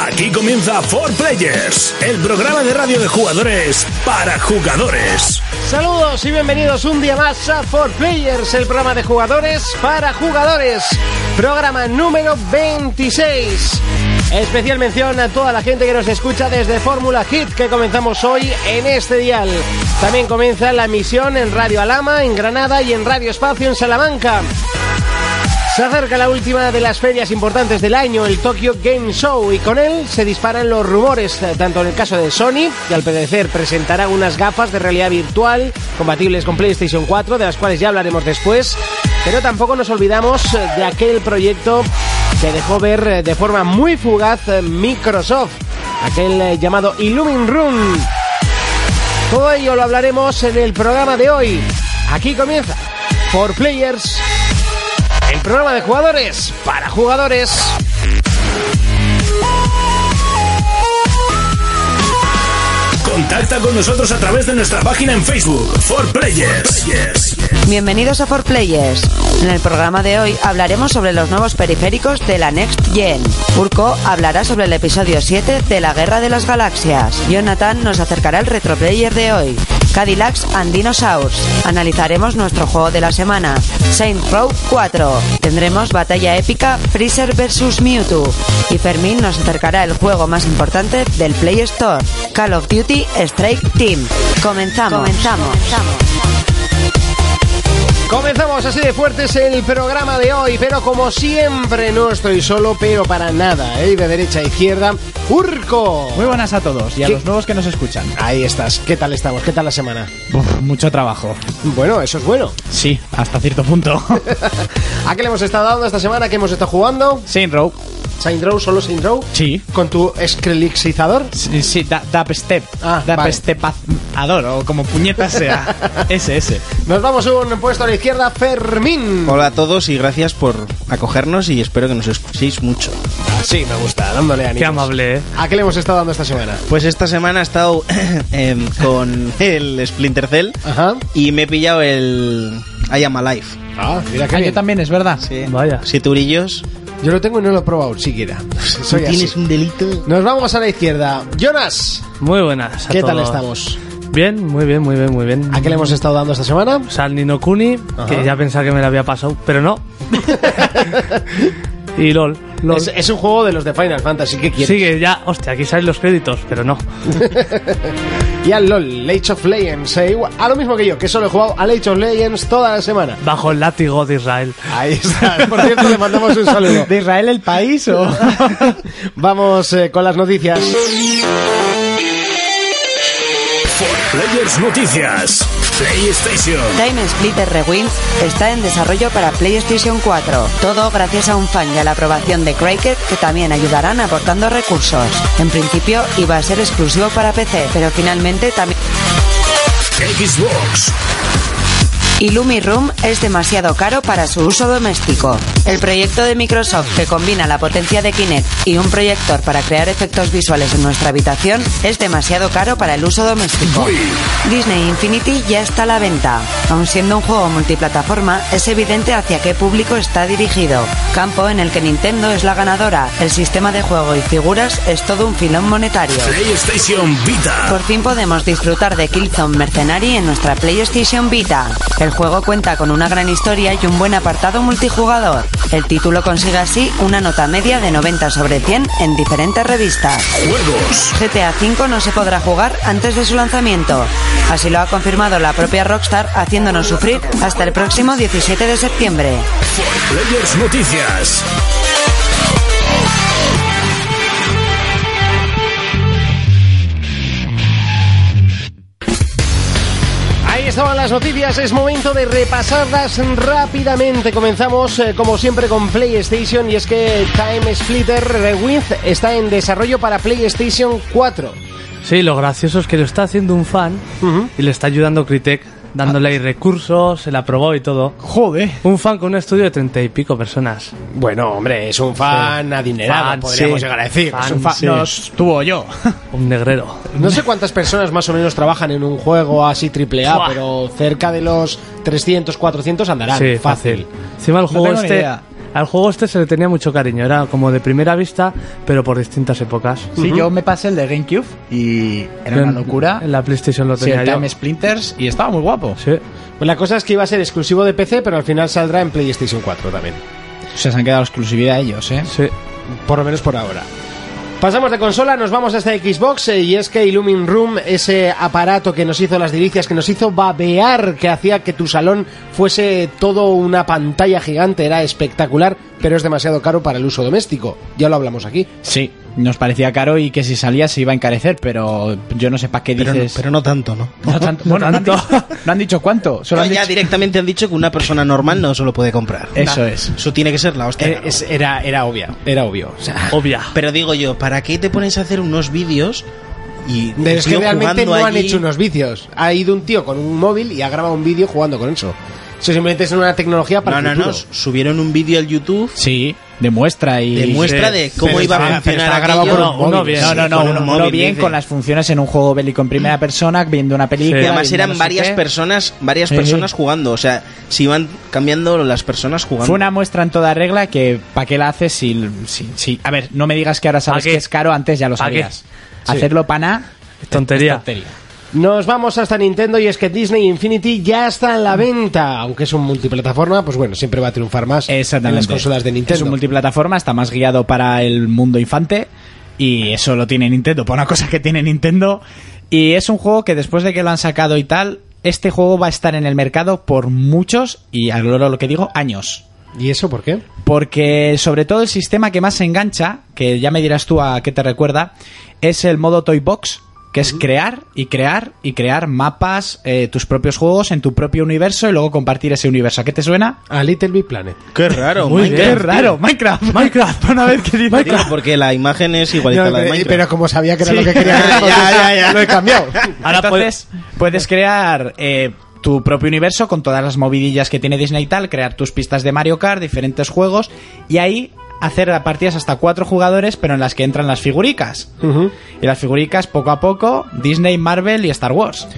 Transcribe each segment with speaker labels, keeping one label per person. Speaker 1: Aquí comienza For Players, el programa de radio de jugadores para jugadores.
Speaker 2: Saludos y bienvenidos un día más a For Players, el programa de jugadores para jugadores. Programa número 26. Especial mención a toda la gente que nos escucha desde Fórmula Hit que comenzamos hoy en este dial. También comienza la emisión en Radio Alama, en Granada y en Radio Espacio en Salamanca. Se acerca la última de las ferias importantes del año, el Tokyo Game Show, y con él se disparan los rumores, eh, tanto en el caso de Sony, que al parecer presentará unas gafas de realidad virtual compatibles con PlayStation 4, de las cuales ya hablaremos después, pero tampoco nos olvidamos eh, de aquel proyecto que dejó ver eh, de forma muy fugaz eh, Microsoft, aquel eh, llamado Illumin Room. Todo ello lo hablaremos en el programa de hoy. Aquí comienza For Players el programa de jugadores para jugadores.
Speaker 1: Contacta con nosotros a través de nuestra página en Facebook, For Players.
Speaker 3: Bienvenidos a For Players. En el programa de hoy hablaremos sobre los nuevos periféricos de la Next Gen. Urko hablará sobre el episodio 7 de la Guerra de las Galaxias. Jonathan nos acercará el retroplayer de hoy. Cadillacs and Dinosaurs. Analizaremos nuestro juego de la semana, Saint Row 4. Tendremos batalla épica Freezer vs Mewtwo. Y Fermín nos acercará el juego más importante del Play Store, Call of Duty Strike Team. Comenzamos. Comenzamos.
Speaker 2: Comenzamos así de fuertes el programa de hoy, pero como siempre no estoy solo, pero para nada, ¿eh? de derecha a izquierda, Urco.
Speaker 4: Muy buenas a todos y a
Speaker 2: ¿Qué?
Speaker 4: los nuevos que nos escuchan.
Speaker 2: Ahí estás, ¿qué tal estamos? ¿Qué tal la semana?
Speaker 4: Uf, mucho trabajo.
Speaker 2: Bueno, eso es bueno.
Speaker 4: Sí, hasta cierto punto.
Speaker 2: ¿A qué le hemos estado dando esta semana? ¿Qué hemos estado jugando?
Speaker 4: Saint Row.
Speaker 2: ¿Saint Row, solo Saint Row?
Speaker 4: Sí.
Speaker 2: ¿Con tu Skrelixizador?
Speaker 4: Sí, sí, da, dubstep.
Speaker 2: Ah, vale.
Speaker 4: Dubstepazador, o como puñeta sea. ese, ese.
Speaker 2: Nos vamos un puesto a la izquierda, Fermín.
Speaker 5: Hola a todos y gracias por acogernos y espero que nos escuchéis mucho.
Speaker 2: Sí, me gusta, dándole ánimos.
Speaker 6: Qué amable, ¿eh?
Speaker 2: ¿A qué le hemos estado dando esta semana?
Speaker 5: Pues esta semana he estado em, con el Splinter Cell
Speaker 2: Ajá.
Speaker 5: y me he pillado el I Am Alive.
Speaker 2: Ah, mira que
Speaker 4: Ah, yo también, es verdad. Sí.
Speaker 6: Vaya.
Speaker 5: Siete urillos.
Speaker 2: Yo lo tengo y no lo he probado siquiera. Soy
Speaker 5: Tú
Speaker 2: así.
Speaker 5: tienes un delito.
Speaker 2: Nos vamos a la izquierda. Jonas,
Speaker 6: Muy buenas. a
Speaker 2: ¿qué tal
Speaker 6: todos.
Speaker 2: estamos?
Speaker 6: Bien, muy bien, muy bien, muy bien.
Speaker 2: ¿A qué le hemos estado dando esta semana?
Speaker 6: San Nino Kuni, que ya pensaba que me la había pasado, pero no. y LOL. LOL.
Speaker 2: Es, es un juego de los de Final Fantasy, ¿qué quieres?
Speaker 6: Sigue ya, hostia, aquí salen los créditos, pero no.
Speaker 2: Y al LOL, Age of Legends, eh, igual- a lo mismo que yo, que solo he jugado al Age of Legends toda la semana.
Speaker 6: Bajo el látigo de Israel.
Speaker 2: Ahí
Speaker 4: Ah,
Speaker 2: está, por cierto, le mandamos un saludo.
Speaker 4: ¿De Israel el país o...?
Speaker 2: Vamos eh, con las noticias.
Speaker 1: Players Noticias, PlayStation,
Speaker 3: Time Splitter Rewind está en desarrollo para PlayStation 4. Todo gracias a un fan y a la aprobación de Cracker que también ayudarán aportando recursos. En principio iba a ser exclusivo para PC, pero finalmente también...
Speaker 1: Xbox,
Speaker 3: Illumi Room es demasiado caro para su uso doméstico. El proyecto de Microsoft que combina la potencia de Kinect y un proyector para crear efectos visuales en nuestra habitación es demasiado caro para el uso doméstico. Disney Infinity ya está a la venta. Aun siendo un juego multiplataforma, es evidente hacia qué público está dirigido. Campo en el que Nintendo es la ganadora. El sistema de juego y figuras es todo un filón monetario.
Speaker 1: PlayStation Vita,
Speaker 3: Por fin podemos disfrutar de Killzone Mercenary en nuestra PlayStation Vita. El juego cuenta con una gran historia y un buen apartado multijugador. El título consigue así una nota media de 90 sobre 100 en diferentes revistas.
Speaker 1: juegos,
Speaker 3: GTA V no se podrá jugar antes de su lanzamiento. Así lo ha confirmado la propia Rockstar haciéndonos sufrir hasta el próximo 17 de septiembre.
Speaker 1: Players Noticias,
Speaker 2: Ahí estaban las las noticias es momento de repasarlas rápidamente. Comenzamos, eh, como siempre, con PlayStation y es que Time Splitter Rewind está en desarrollo para PlayStation 4.
Speaker 6: Sí, lo gracioso es que lo está haciendo un fan
Speaker 2: Ujú.
Speaker 6: y le está ayudando Crytek, dándole ahí recursos, se la aprobó y todo.
Speaker 4: Joder.
Speaker 6: Un fan con un estudio de treinta y pico personas.
Speaker 2: Bueno, hombre, es un fan adinerado,
Speaker 6: Fan,
Speaker 2: podríamos
Speaker 6: sí.
Speaker 2: llegar a decir.
Speaker 6: Fan,
Speaker 2: Es un fa-
Speaker 4: Fa-
Speaker 6: Sí.
Speaker 4: Nos tuvo yo.
Speaker 6: Un negrero.
Speaker 2: No sé cuántas personas más o menos trabajan en un juego así triple A,
Speaker 6: Buah.
Speaker 2: pero cerca de los 300, 400 andarán.
Speaker 6: Sí, fácil. Encima el juego
Speaker 4: Ah, tengo ni
Speaker 6: este.
Speaker 4: idea.
Speaker 6: Al juego este se le tenía mucho cariño, era como de primera vista, pero por distintas épocas.
Speaker 4: Sí, yo me pasé el de GameCube y era
Speaker 6: Yo
Speaker 4: una
Speaker 6: en-
Speaker 4: locura.
Speaker 6: En la PlayStation lo
Speaker 4: Sí,
Speaker 6: tenía
Speaker 4: el
Speaker 6: yo.
Speaker 4: Time Splinters y estaba muy guapo.
Speaker 6: Sí.
Speaker 2: Pues la cosa es que iba a ser exclusivo de PC, pero al final saldrá en PlayStation 4 también.
Speaker 4: O sea, se han quedado exclusividad ellos, ¿eh?
Speaker 6: Sí.
Speaker 2: Por lo menos por ahora. Pasamos de consola, nos vamos hasta Xbox eh, y es que Illumin Room, ese aparato que nos hizo las delicias, que nos hizo babear, que hacía que tu salón fuese todo una pantalla gigante, era espectacular, pero es demasiado caro para el uso doméstico. Ya lo hablamos aquí.
Speaker 4: Sí, nos parecía caro y que si salía se iba a encarecer, pero yo no sé para qué
Speaker 5: Pero, no-
Speaker 4: dices.
Speaker 5: pero no tanto, ¿no?
Speaker 4: No tanto. Bueno, no han
Speaker 6: tanto.
Speaker 4: dicho- no han dicho cuánto. Solo han
Speaker 5: ya
Speaker 4: dicho-
Speaker 5: directamente han dicho que una persona normal no se lo puede comprar.
Speaker 4: Eso es.
Speaker 5: Eso tiene que ser la hostia.
Speaker 2: Eh,
Speaker 5: claro.
Speaker 2: es- Era, era obvia, era obvio. O sea,
Speaker 6: Obvia.
Speaker 5: Pero digo yo, ¿para qué te pones a hacer unos vídeos y
Speaker 2: Pero
Speaker 5: el
Speaker 2: es que
Speaker 5: tío
Speaker 2: realmente
Speaker 5: jugando
Speaker 2: no han
Speaker 5: allí?
Speaker 2: hecho unos vicios. Ha ido un tío con un móvil y ha grabado un vídeo jugando con eso. Eso simplemente es una tecnología para
Speaker 5: No,
Speaker 2: el
Speaker 5: no, no,
Speaker 2: futuro.
Speaker 5: subieron un vídeo al YouTube
Speaker 4: Sí, demuestra y.
Speaker 5: de muestra de cómo
Speaker 2: Pero
Speaker 5: iba
Speaker 2: está-
Speaker 5: a
Speaker 2: pero
Speaker 5: funcionar
Speaker 2: está grabado
Speaker 5: aquello.
Speaker 2: con un
Speaker 6: No, uno móvil. bien.
Speaker 4: No, no, no,
Speaker 5: con un
Speaker 4: uno,
Speaker 5: móvil,
Speaker 4: bien
Speaker 5: dice.
Speaker 4: con las funciones en un juego bélico en primera persona, viendo una película.
Speaker 5: Y
Speaker 6: Sí.
Speaker 5: además
Speaker 4: viendo no
Speaker 5: eran
Speaker 4: sé
Speaker 5: varias
Speaker 4: qué.
Speaker 5: personas, varias
Speaker 4: Sí, sí.
Speaker 5: personas jugando, o sea, se iban cambiando las personas jugando.
Speaker 4: Fue una muestra en toda regla que ¿para qué la haces si, si, si- A ver, no me digas que ahora sabes
Speaker 6: ¿Pa qué?
Speaker 4: que es caro, antes ya lo
Speaker 6: ¿Pa qué?
Speaker 4: sabías. Hacerlo pana
Speaker 6: Tontería.
Speaker 2: Nos vamos hasta Nintendo y es que Disney Infinity ya está en la venta. Aunque es un multiplataforma, pues bueno, siempre va a triunfar más en
Speaker 4: Exactamente.
Speaker 2: las consolas de
Speaker 4: Es
Speaker 2: Nintendo.
Speaker 4: un multiplataforma, está más guiado para el mundo infante. Y eso lo tiene Nintendo, para una cosa que tiene Nintendo. Y es un juego que después de que lo han sacado y tal, este juego va a estar en el mercado por muchos, y a lo lo que digo, años.
Speaker 2: ¿Y eso por qué?
Speaker 4: Porque sobre todo el sistema que más se engancha, que ya me dirás tú a qué te recuerda, es el modo Toy Box, que es crear y crear y crear mapas, eh, tus propios juegos en tu propio universo y luego compartir ese universo. ¿A qué te suena?
Speaker 2: A Little Big Planet.
Speaker 5: Qué raro,
Speaker 6: Muy
Speaker 5: Minecraft,
Speaker 4: ¡Qué
Speaker 6: bien.
Speaker 5: tío.
Speaker 4: raro! ¡Minecraft! ¡Minecraft! Una vez que digo
Speaker 5: Digo, porque la imagen es igualita a la de
Speaker 2: pero,
Speaker 5: Minecraft.
Speaker 2: eh, pero como sabía que era
Speaker 4: Sí.
Speaker 2: lo que quería que
Speaker 5: Ya,
Speaker 2: respondiera,
Speaker 5: ya, ya.
Speaker 2: lo he cambiado.
Speaker 4: Ahora puedes, puedes crear eh, tu propio universo con todas las movidillas que tiene Disney y tal, crear tus pistas de Mario Kart, diferentes juegos, y ahí hacer partidas hasta cuatro jugadores, pero en las que entran las figuricas. Y las figuricas poco a poco, Disney, Marvel y Star Wars.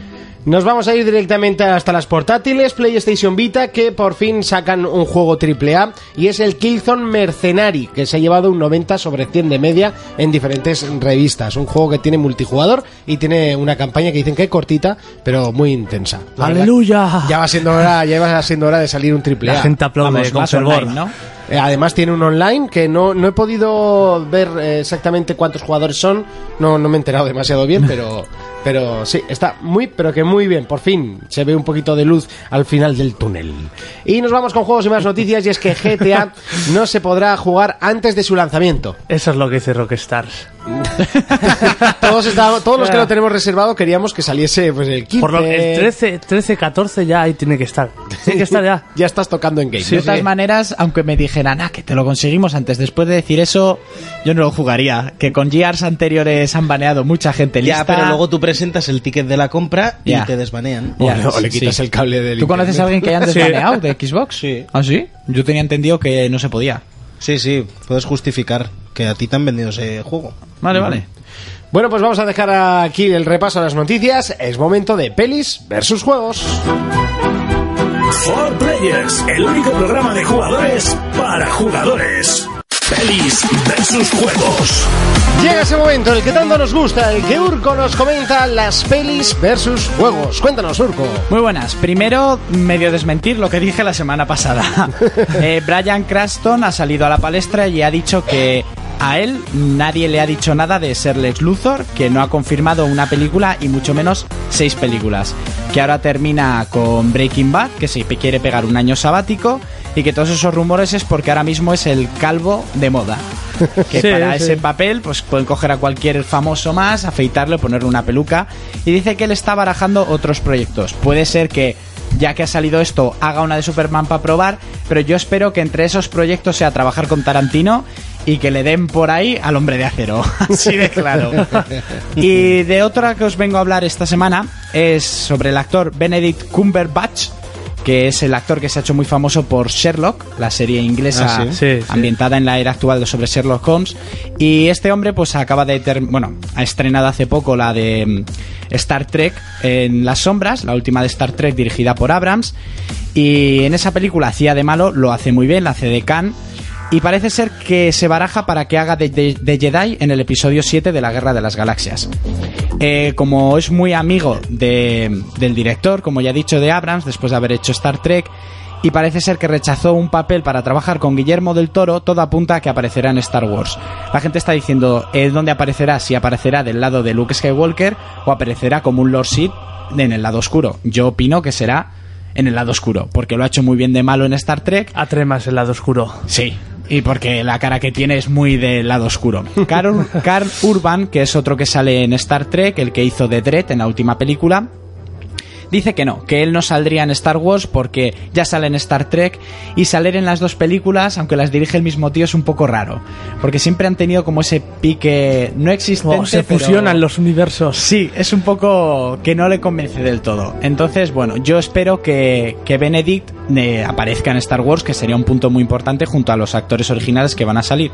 Speaker 2: Nos vamos a ir directamente hasta las portátiles, PlayStation Vita, que por fin sacan un juego AAA y es el Killzone Mercenary, que se ha llevado un 90 sobre 100 de media en diferentes revistas. Un juego que tiene multijugador y tiene una campaña que dicen que es cortita, pero muy intensa. La verdad,
Speaker 6: ¡Aleluya!
Speaker 2: Ya va siendo hora, ya va siendo hora de salir un AAA.
Speaker 6: La gente aplaude
Speaker 4: Vamos,
Speaker 6: con
Speaker 4: más
Speaker 6: fervor.
Speaker 4: online, ¿no?
Speaker 2: Eh, Además tiene un online que no, no he podido ver eh, exactamente cuántos jugadores son, no, no me he enterado demasiado bien, pero, pero sí, está muy, pero que muy bien, por fin se ve un poquito de luz al final del túnel. Y nos vamos con juegos y más noticias, y es que GTA no se podrá jugar antes de su lanzamiento.
Speaker 6: Eso es lo que dice Rockstars.
Speaker 2: Todos, estábamos- todos los que lo tenemos reservado queríamos que saliese pues, el 15.
Speaker 6: Por lo el 13, 13, 14 ya ahí tiene que estar. Tiene que estar ya.
Speaker 2: Ya estás tocando en game.
Speaker 4: de todas maneras, aunque me dijeran, ah, que te lo conseguimos antes, después de decir eso, yo no lo jugaría. Que con GRs anteriores han baneado mucha gente lista.
Speaker 5: Ya, pero luego tú presentas el ticket de la compra y
Speaker 4: Ya.
Speaker 5: te desbanean.
Speaker 4: Ya,
Speaker 2: O le quitas
Speaker 4: sí.
Speaker 2: el cable del
Speaker 4: ¿Tú conoces a
Speaker 2: internet.
Speaker 4: alguien que hayan
Speaker 6: Sí.
Speaker 4: desbaneado de Xbox?
Speaker 5: Sí.
Speaker 4: ¿Ah, sí? Yo tenía entendido que no se podía.
Speaker 5: Sí, sí, puedes justificar que a ti te han vendido ese juego.
Speaker 4: Vale, vale.
Speaker 2: Bueno, pues vamos a dejar aquí el repaso a las noticias. Es momento de pelis versus juegos.
Speaker 1: For Players, el único programa de jugadores para jugadores. Pelis versus juegos.
Speaker 2: Llega ese momento, el que tanto nos gusta, el que Urco nos comenta las pelis versus juegos. Cuéntanos, Urco.
Speaker 4: Muy buenas. Primero, medio desmentir lo que dije la semana pasada. Eh, Brian Craston ha salido a la palestra y ha dicho que a él nadie le ha dicho nada de ser Lex Luthor, que no ha confirmado una película y mucho menos seis películas. Que ahora termina con Breaking Bad, que se quiere pegar un año sabático y que todos esos rumores es porque ahora mismo es el calvo de moda. Que
Speaker 6: Sí,
Speaker 4: para
Speaker 6: sí.
Speaker 4: ese papel, pues pueden coger a cualquier famoso más, afeitarlo, ponerle una peluca. Y dice que él está barajando otros proyectos. Puede ser que ya que ha salido esto, haga una de Superman para probar, pero yo espero que entre esos proyectos sea trabajar con Tarantino y que le den por ahí al hombre de acero, así de claro. Y de otra que os vengo a hablar esta semana es sobre el actor Benedict Cumberbatch, que es el actor que se ha hecho muy famoso por Sherlock, la serie inglesa
Speaker 5: Ah, sí.
Speaker 6: Sí, sí.
Speaker 4: ambientada en la era actual sobre Sherlock Holmes. Y este hombre, pues acaba de. ter- bueno, ha estrenado hace poco la de mm, Star Trek en Las Sombras, la última de Star Trek dirigida por Abrams. Y en esa película hacía de malo, lo hace muy bien, la hace de Khan. Y parece ser que se baraja para que haga de, de- de Jedi en el episodio 7 de la Guerra de las Galaxias. Eh, como es muy amigo de- del director, como ya he dicho, de Abrams, después de haber hecho Star Trek, y parece ser que rechazó un papel para trabajar con Guillermo del Toro, todo apunta a que aparecerá en Star Wars. La gente está diciendo eh, dónde aparecerá, si aparecerá del lado de Luke Skywalker o aparecerá como un Lord Sith en el lado oscuro. Yo opino que será en el lado oscuro, porque lo ha hecho muy bien de malo en Star Trek
Speaker 6: Atremas el lado oscuro.
Speaker 4: Sí. Y porque la cara que tiene es muy del lado oscuro. Carl, Carl Urban, que es otro que sale en Star Trek, el que hizo de Dredd en la última película, dice que no, que él no saldría en Star Wars porque ya sale en Star Trek y salir en las dos películas, aunque las dirige el mismo tío, es un poco raro. Porque siempre han tenido como ese pique no existente.
Speaker 6: Oh, se
Speaker 4: pero-
Speaker 6: fusionan los universos.
Speaker 4: Sí, es un poco que no le convence del todo. Entonces, bueno, yo espero que, que Benedict eh, aparezca en Star Wars, que sería un punto muy importante junto a los actores originales que van a salir.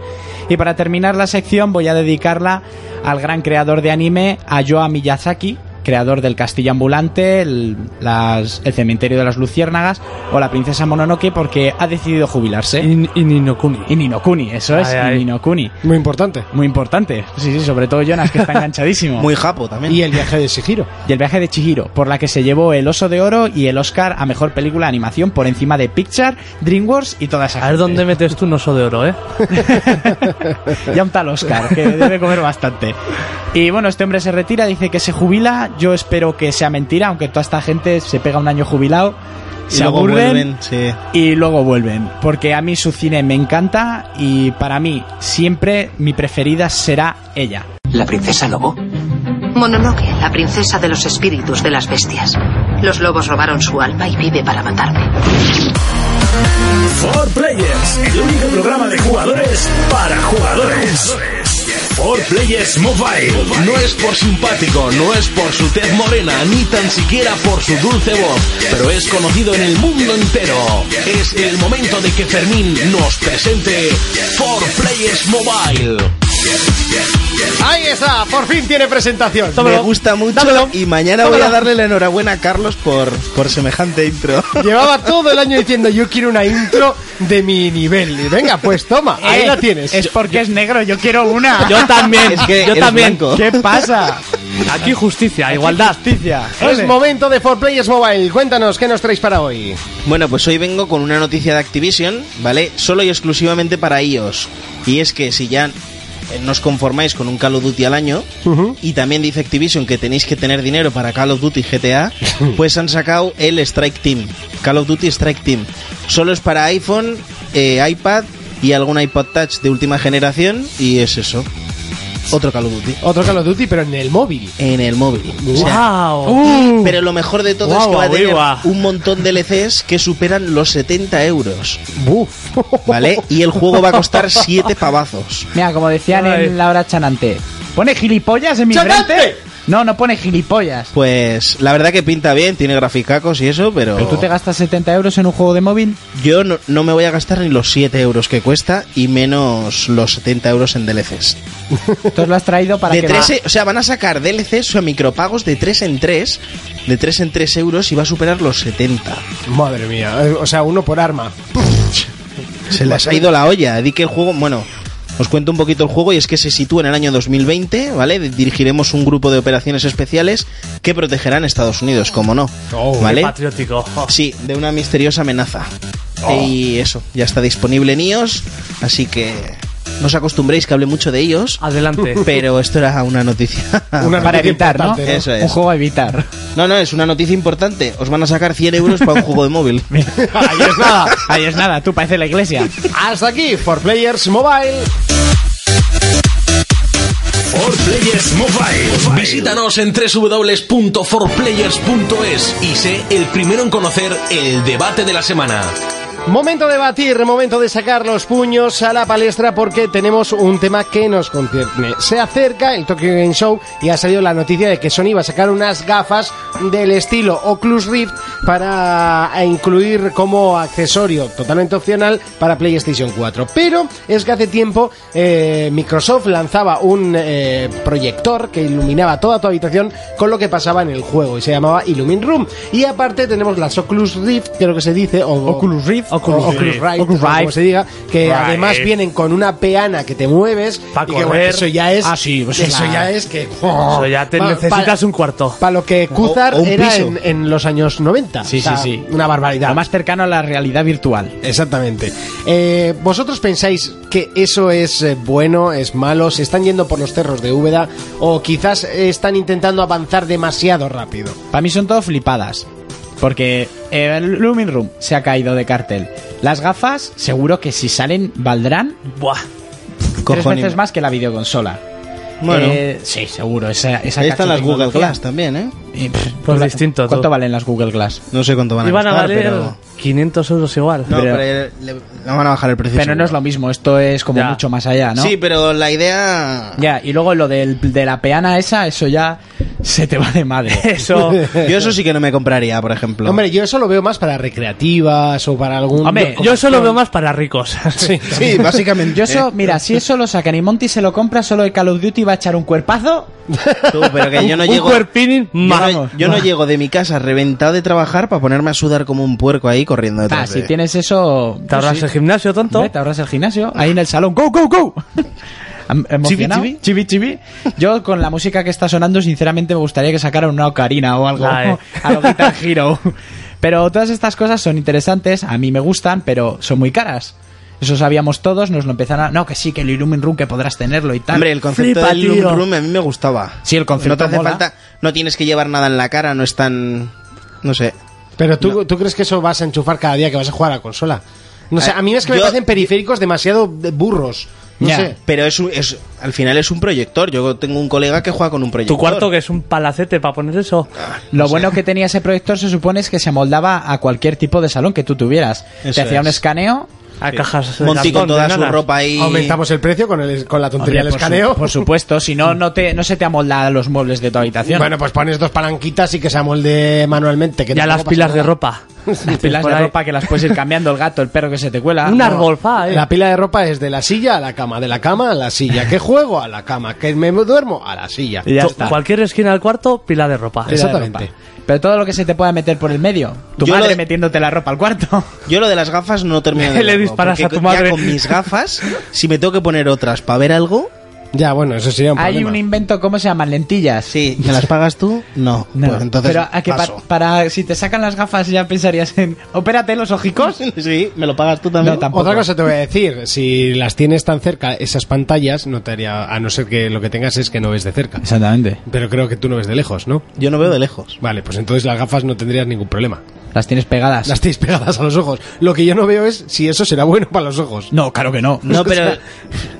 Speaker 4: Y para terminar la sección voy a dedicarla al gran creador de anime, Ayoa Miyazaki, creador del Castillo Ambulante, el, las- el Cementerio de las Luciérnagas o la Princesa Mononoke, porque ha decidido jubilarse.
Speaker 6: Y, y Ninokuni.
Speaker 4: Y Ninokuni, eso es,
Speaker 6: Ay, ay.
Speaker 4: y Ninokuni.
Speaker 2: Muy importante.
Speaker 4: Muy importante. Sí, sí, sobre todo Jonas, que está enganchadísimo.
Speaker 5: Muy japo también.
Speaker 2: Y el viaje de Sigiro.
Speaker 4: y el viaje de Chihiro, por la que se llevó el Oso de Oro y el Oscar a Mejor Película de Animación por encima de Pixar, DreamWorks y toda esa
Speaker 6: A ver
Speaker 4: gente.
Speaker 6: dónde metes tú un oso de oro, ¿eh?
Speaker 4: Ya un tal Oscar, que debe comer bastante. Y bueno, este hombre se retira, dice que se jubila, yo espero que sea mentira, aunque toda esta gente se pega un año jubilado,
Speaker 5: Y
Speaker 4: se
Speaker 5: luego
Speaker 4: aburren
Speaker 5: vuelven, sí.
Speaker 4: y luego vuelven. Porque a mí su cine me encanta y para mí siempre mi preferida será ella.
Speaker 7: ¿La princesa lobo?
Speaker 8: Mononoke, la princesa de los espíritus de las bestias. Los lobos robaron su alma y vive para matarme.
Speaker 1: For Players, el único programa de jugadores para jugadores. For Players Mobile.
Speaker 9: No es por simpático, no es por su tez morena, ni tan siquiera por su dulce voz, pero es conocido en el mundo entero. Es el momento de que Fermín nos presente For Players Mobile.
Speaker 2: Ahí está, por fin tiene presentación.
Speaker 5: Me gusta mucho
Speaker 2: dámelo,
Speaker 5: y mañana voy
Speaker 2: dámelo.
Speaker 5: a darle la enhorabuena a Carlos por, por semejante intro.
Speaker 2: Llevaba todo el año diciendo yo quiero una intro de mi nivel. Y venga, pues toma, ahí
Speaker 4: Eh,
Speaker 2: la tienes.
Speaker 4: Es porque es negro, yo quiero una.
Speaker 6: Yo también,
Speaker 5: Es que
Speaker 6: yo
Speaker 5: eres
Speaker 6: también.
Speaker 5: blanco.
Speaker 4: ¿Qué pasa?
Speaker 6: Aquí justicia, igualdad.
Speaker 4: Justicia.
Speaker 2: Es momento de For Players Mobile. Cuéntanos qué nos traéis para hoy.
Speaker 5: Bueno, pues hoy vengo con una noticia de Activision, ¿vale? Solo y exclusivamente para iOS. Y es que si ya eh, no os conformáis con un Call of Duty al año, y también dice Activision que tenéis que tener dinero para Call of Duty y GTA, pues han sacado el Strike Team, Call of Duty Strike Team. Solo es para iPhone, eh, iPad y algún iPod Touch de última generación, y es eso. Otro Call of Duty.
Speaker 2: Otro Call of Duty, pero en el móvil.
Speaker 5: En el móvil. O sea,
Speaker 6: Ah,
Speaker 2: Uh,
Speaker 6: ¡Wow!
Speaker 2: Mm.
Speaker 5: pero lo mejor de todo es que
Speaker 6: Guau,
Speaker 5: va a tener
Speaker 6: guau.
Speaker 5: un montón de DLCs que superan los 70 euros. ¿Vale? Y el juego va a costar 7 pavazos.
Speaker 4: Mira, como decían
Speaker 6: Ay.
Speaker 4: en la hora chanante. ¿Pone gilipollas en mi
Speaker 2: ¡Chanante!
Speaker 4: frente? No, no pone gilipollas.
Speaker 5: Pues la verdad que pinta bien, tiene graficacos y eso, pero,
Speaker 4: ¿Pero tú te gastas 70 euros en un juego de móvil?
Speaker 5: yo no, no me voy a gastar ni los 7 euros que cuesta y menos los 70 euros en DLCs.
Speaker 4: Entonces lo has traído para
Speaker 5: De
Speaker 4: que...
Speaker 5: tres e- o sea, van a sacar DLCs, o sea, micropagos de 3 en 3, de 3 en 3 euros y va a superar los 70.
Speaker 2: Madre mía, eh, o sea, uno por arma.
Speaker 5: Se les ha ido la olla. Di que el juego, bueno, os cuento un poquito el juego y es que se sitúa en el año 2020, ¿vale? Dirigiremos un grupo de operaciones especiales que protegerán Estados Unidos, como no,
Speaker 4: Oh,
Speaker 5: ¿vale?
Speaker 6: Patriótico.
Speaker 5: Sí, de una misteriosa amenaza.
Speaker 4: Oh.
Speaker 5: Y eso, ya está disponible en iOS, así que no os acostumbréis que hable mucho de ellos,
Speaker 6: Adelante.
Speaker 5: pero esto era una noticia.
Speaker 2: Una
Speaker 4: Para
Speaker 2: noticia
Speaker 4: evitar, ¿no?
Speaker 2: importante,
Speaker 5: Eso es.
Speaker 4: Un juego a evitar.
Speaker 5: No, no, es una noticia importante. Os van a sacar 100 euros para un juego de móvil.
Speaker 4: Ahí es nada. Ah, Ahí es nada. Tú pareces la iglesia.
Speaker 2: Hasta aquí, For Players Mobile.
Speaker 1: For Players Mobile.
Speaker 9: Visítanos en www.forplayers.es y sé el primero en conocer el debate de la semana.
Speaker 2: Momento de batir, momento de sacar los puños a la palestra porque tenemos un tema que nos concierne. Se acerca el Tokyo Game Show y ha salido la noticia de que Sony va a sacar unas gafas del estilo Oculus Rift para incluir como accesorio totalmente opcional para PlayStation 4. Pero es que hace tiempo eh, Microsoft lanzaba un eh, proyector que iluminaba toda tu habitación con lo que pasaba en el juego y se llamaba Illumin Room. Y aparte tenemos las Oculus Rift, creo que se dice, o
Speaker 4: Oculus Rift.
Speaker 2: Oculus, Oculus Rift,
Speaker 4: Oculus
Speaker 2: o como
Speaker 4: Rift.
Speaker 2: se diga, que además vienen con una peana que te mueves
Speaker 6: Pa'
Speaker 2: y que bueno,
Speaker 6: correr.
Speaker 2: eso ya es
Speaker 4: Ah, sí, pues
Speaker 2: eso
Speaker 4: la-
Speaker 2: ya es que
Speaker 6: Eso ya te necesitas un cuarto.
Speaker 2: para lo que Cuzar
Speaker 5: o un
Speaker 2: era
Speaker 5: piso.
Speaker 2: en, en los años 90.
Speaker 4: Sí,
Speaker 2: O sea,
Speaker 4: sí, sí.
Speaker 2: Una barbaridad.
Speaker 4: Lo más cercano a la realidad virtual.
Speaker 2: Exactamente. Eh, ¿Vosotros pensáis que eso es eh, bueno, es malo? ¿Se están yendo por los cerros de Úbeda? ¿O quizás eh, están intentando avanzar demasiado rápido?
Speaker 4: Para mí son todo flipadas. Porque eh, el Lumin Room se ha caído de cartel. Las gafas, seguro que si salen, valdrán
Speaker 6: Buah.
Speaker 4: tres
Speaker 5: Cojones.
Speaker 4: veces más que la videoconsola.
Speaker 5: Bueno.
Speaker 4: Eh, sí, seguro. Esa, esa
Speaker 5: Ahí están las Google
Speaker 4: cachetecnología.
Speaker 5: Glass también, ¿eh?
Speaker 4: Eh, pff,
Speaker 6: Pues
Speaker 4: la-
Speaker 6: distinto,
Speaker 4: ¿Cuánto
Speaker 6: todo.
Speaker 4: valen las Google Glass?
Speaker 5: No sé cuánto van a
Speaker 6: Iban a
Speaker 5: costar,
Speaker 6: valer
Speaker 5: pero...
Speaker 6: 500 euros igual.
Speaker 5: No,
Speaker 4: Pero-
Speaker 5: pero, le, le van a bajar el precio.
Speaker 4: Pero no es lo mismo, esto es como
Speaker 6: Ya.
Speaker 4: mucho más allá, ¿no?
Speaker 5: Sí, pero la idea...
Speaker 4: Ya, y luego lo del, de la peana esa, eso ya se te va de madre.
Speaker 6: Eso.
Speaker 5: Yo eso sí que no me compraría, por ejemplo.
Speaker 2: Hombre, yo eso lo veo más para recreativas o para algún...
Speaker 4: Hombre,
Speaker 6: Yo solo veo más para ricos. Sí.
Speaker 5: sí, básicamente.
Speaker 4: Yo eso, mira, si eso lo sacan y Monty se lo compra, solo el Call of Duty va a echar un cuerpazo.
Speaker 5: Tú, pero que yo no
Speaker 6: un
Speaker 5: llego...
Speaker 6: cuerpini,
Speaker 5: Yo no,
Speaker 6: vamos.
Speaker 5: yo no llego de mi casa reventado de trabajar para ponerme a sudar como un puerco ahí corriendo
Speaker 4: Ah,
Speaker 5: detrás
Speaker 4: si
Speaker 5: de-
Speaker 4: tienes eso. pues
Speaker 6: ¿Te ahorras el gimnasio, tonto?
Speaker 4: Hombre, te ahorras el gimnasio, ahí en el salón, go, go, go. Am- Emocionado.
Speaker 5: Chibi,
Speaker 4: chibi, chibi. Yo con la música que está sonando, sinceramente me gustaría que sacaran una ocarina o algo,
Speaker 6: Ah, eh.
Speaker 4: a lo Guitar Hero. Pero todas estas cosas son interesantes, a mí me gustan, pero son muy caras. Eso sabíamos todos, nos lo empezaron a... No, que sí, que el Illumin Room que podrás tenerlo y tal.
Speaker 5: Hombre, el concepto
Speaker 6: Flipa,
Speaker 5: del Loom
Speaker 6: tío.
Speaker 5: Room a mí me gustaba.
Speaker 4: Sí, el concepto
Speaker 5: No te hace
Speaker 4: mola.
Speaker 5: falta... No tienes que llevar nada en la cara, no es tan... No sé.
Speaker 2: Pero tú, tú crees que eso vas a enchufar cada día que vas a jugar a la consola. No sé,
Speaker 5: Eh,
Speaker 2: a mí es que me
Speaker 5: yo-
Speaker 2: parecen periféricos demasiado de- burros. No
Speaker 4: Ya.
Speaker 2: sé.
Speaker 5: Pero es, un- es al final es un proyector. Yo tengo un colega que juega con un proyector.
Speaker 6: Tu cuarto que es un palacete para poner eso.
Speaker 4: Lo bueno que tenía ese proyector se supone es que se amoldaba a cualquier tipo de salón que tú tuvieras.
Speaker 5: Eso
Speaker 4: te hacía un
Speaker 5: es.
Speaker 4: escaneo.
Speaker 6: A cajas de
Speaker 5: Monty
Speaker 6: cartón,
Speaker 5: con toda
Speaker 6: de
Speaker 5: su
Speaker 6: nanas.
Speaker 5: ropa ahí...
Speaker 2: Aumentamos el precio con, el, con la tontería
Speaker 4: Hombre,
Speaker 2: del
Speaker 4: por su-
Speaker 2: escaneo.
Speaker 4: por supuesto, si no, no, te, no se te amolda a los muebles de tu habitación.
Speaker 2: bueno, pues pones dos palanquitas y que se amolde manualmente.
Speaker 5: ¿eh?
Speaker 2: Que
Speaker 6: Ya
Speaker 2: tampoco
Speaker 6: las
Speaker 2: pasa
Speaker 6: pilas de
Speaker 2: nada.
Speaker 6: ropa.
Speaker 4: las pilas de
Speaker 6: Por ahí.
Speaker 4: ropa que las puedes ir cambiando, el gato, el perro que se te cuela.
Speaker 6: Un
Speaker 4: No.
Speaker 6: árbol, fa, eh.
Speaker 2: La pila de ropa es de la silla a la cama, de la cama a la silla. ¿Qué juego? A la cama. ¿Que me duermo? A la silla.
Speaker 4: Y ya
Speaker 6: To-
Speaker 4: está.
Speaker 6: Cualquier esquina del cuarto, pila de ropa.
Speaker 4: Pila de
Speaker 2: Exactamente.
Speaker 4: ropa. Pero todo lo que se te pueda meter por el medio. Tu
Speaker 5: Yo
Speaker 4: madre
Speaker 5: lo de-
Speaker 4: metiéndote la ropa al cuarto.
Speaker 5: Yo lo de las gafas no termino de
Speaker 6: Le
Speaker 5: verlo,
Speaker 6: disparas
Speaker 5: porque
Speaker 6: a tu
Speaker 5: ya
Speaker 6: madre.
Speaker 5: con mis gafas, si me tengo que poner otras para ver algo,
Speaker 2: Ya, bueno, eso sería un
Speaker 4: Hay
Speaker 2: problema.
Speaker 4: un invento, ¿cómo se llaman? Lentillas.
Speaker 5: sí, eh, ¿me las pagas tú? No.
Speaker 4: No,
Speaker 5: Pues entonces
Speaker 4: pero a que pa-
Speaker 5: paso.
Speaker 4: para si te sacan las gafas ya pensarías en opérate los ojicos.
Speaker 5: Sí, ¿me lo pagas tú también?
Speaker 4: No, tampoco.
Speaker 2: Otra cosa te voy a decir, si las tienes tan cerca, esas pantallas, no te haría, a no ser que lo que tengas es que no ves de cerca.
Speaker 4: Exactamente.
Speaker 2: Pero creo que tú no ves de lejos, ¿no?
Speaker 5: Yo no veo de lejos.
Speaker 2: Vale, pues entonces las gafas no tendrías ningún problema.
Speaker 4: Las tienes pegadas.
Speaker 2: Las tienes pegadas a los ojos. Lo que yo no veo es si eso será bueno para los ojos.
Speaker 4: No, claro que no.
Speaker 5: No, pero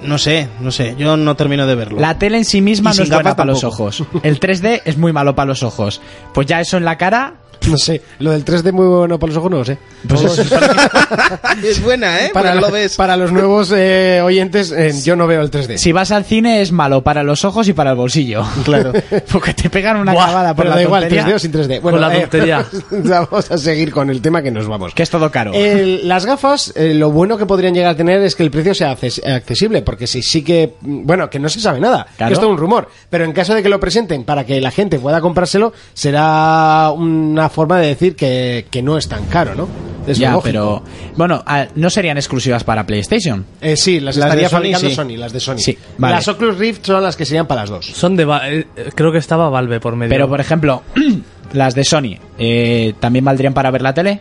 Speaker 5: no sé, no sé, yo no termino de verlo.
Speaker 4: La tele en sí misma
Speaker 5: Y
Speaker 4: no
Speaker 5: sin
Speaker 4: es buena
Speaker 5: gafas
Speaker 4: para los
Speaker 5: tampoco.
Speaker 4: ojos. El 3D es muy malo para los ojos. Pues ya eso en la cara.
Speaker 2: No sé, lo del 3D muy bueno para los ojos no lo sé.
Speaker 4: Eh,
Speaker 5: Pues es buena, ¿eh?
Speaker 2: para,
Speaker 5: Porque
Speaker 2: lo-
Speaker 5: lo ves.
Speaker 2: para los nuevos eh, oyentes, eh, yo no veo el 3D.
Speaker 4: Si vas al cine es malo para los ojos y para el bolsillo.
Speaker 5: Claro.
Speaker 4: Porque te pegan una
Speaker 2: Buah,
Speaker 4: clavada por
Speaker 2: pero
Speaker 4: la
Speaker 2: da igual,
Speaker 4: tontería,
Speaker 2: 3D o sin 3D. Bueno,
Speaker 6: Con la
Speaker 2: eh,
Speaker 6: tontería.
Speaker 2: vamos a seguir con el tema que nos vamos.
Speaker 4: Que es todo caro.
Speaker 2: El- las gafas, eh, lo bueno que podrían llegar a tener es que el precio sea acces- accesible, porque si sí que, mm, bueno, que no se sabe nada,
Speaker 4: Claro.
Speaker 2: que esto es un rumor, pero en caso de que lo presenten para que la gente pueda comprárselo, será una forma de decir que, que no es tan caro, ¿no? Es
Speaker 4: ya,
Speaker 2: lógico.
Speaker 4: pero bueno, a- no serían exclusivas para PlayStation.
Speaker 2: Eh, sí, las,
Speaker 5: Las
Speaker 2: estaría
Speaker 5: de Sony,
Speaker 2: fabricando
Speaker 5: sí.
Speaker 2: Sony, las de Sony.
Speaker 4: Sí, vale.
Speaker 2: Las Oculus Rift son las que serían para las dos.
Speaker 6: Son de. Va- eh, eh, creo que estaba Valve por medio.
Speaker 4: Pero por ejemplo, las de Sony eh, también valdrían para ver la tele,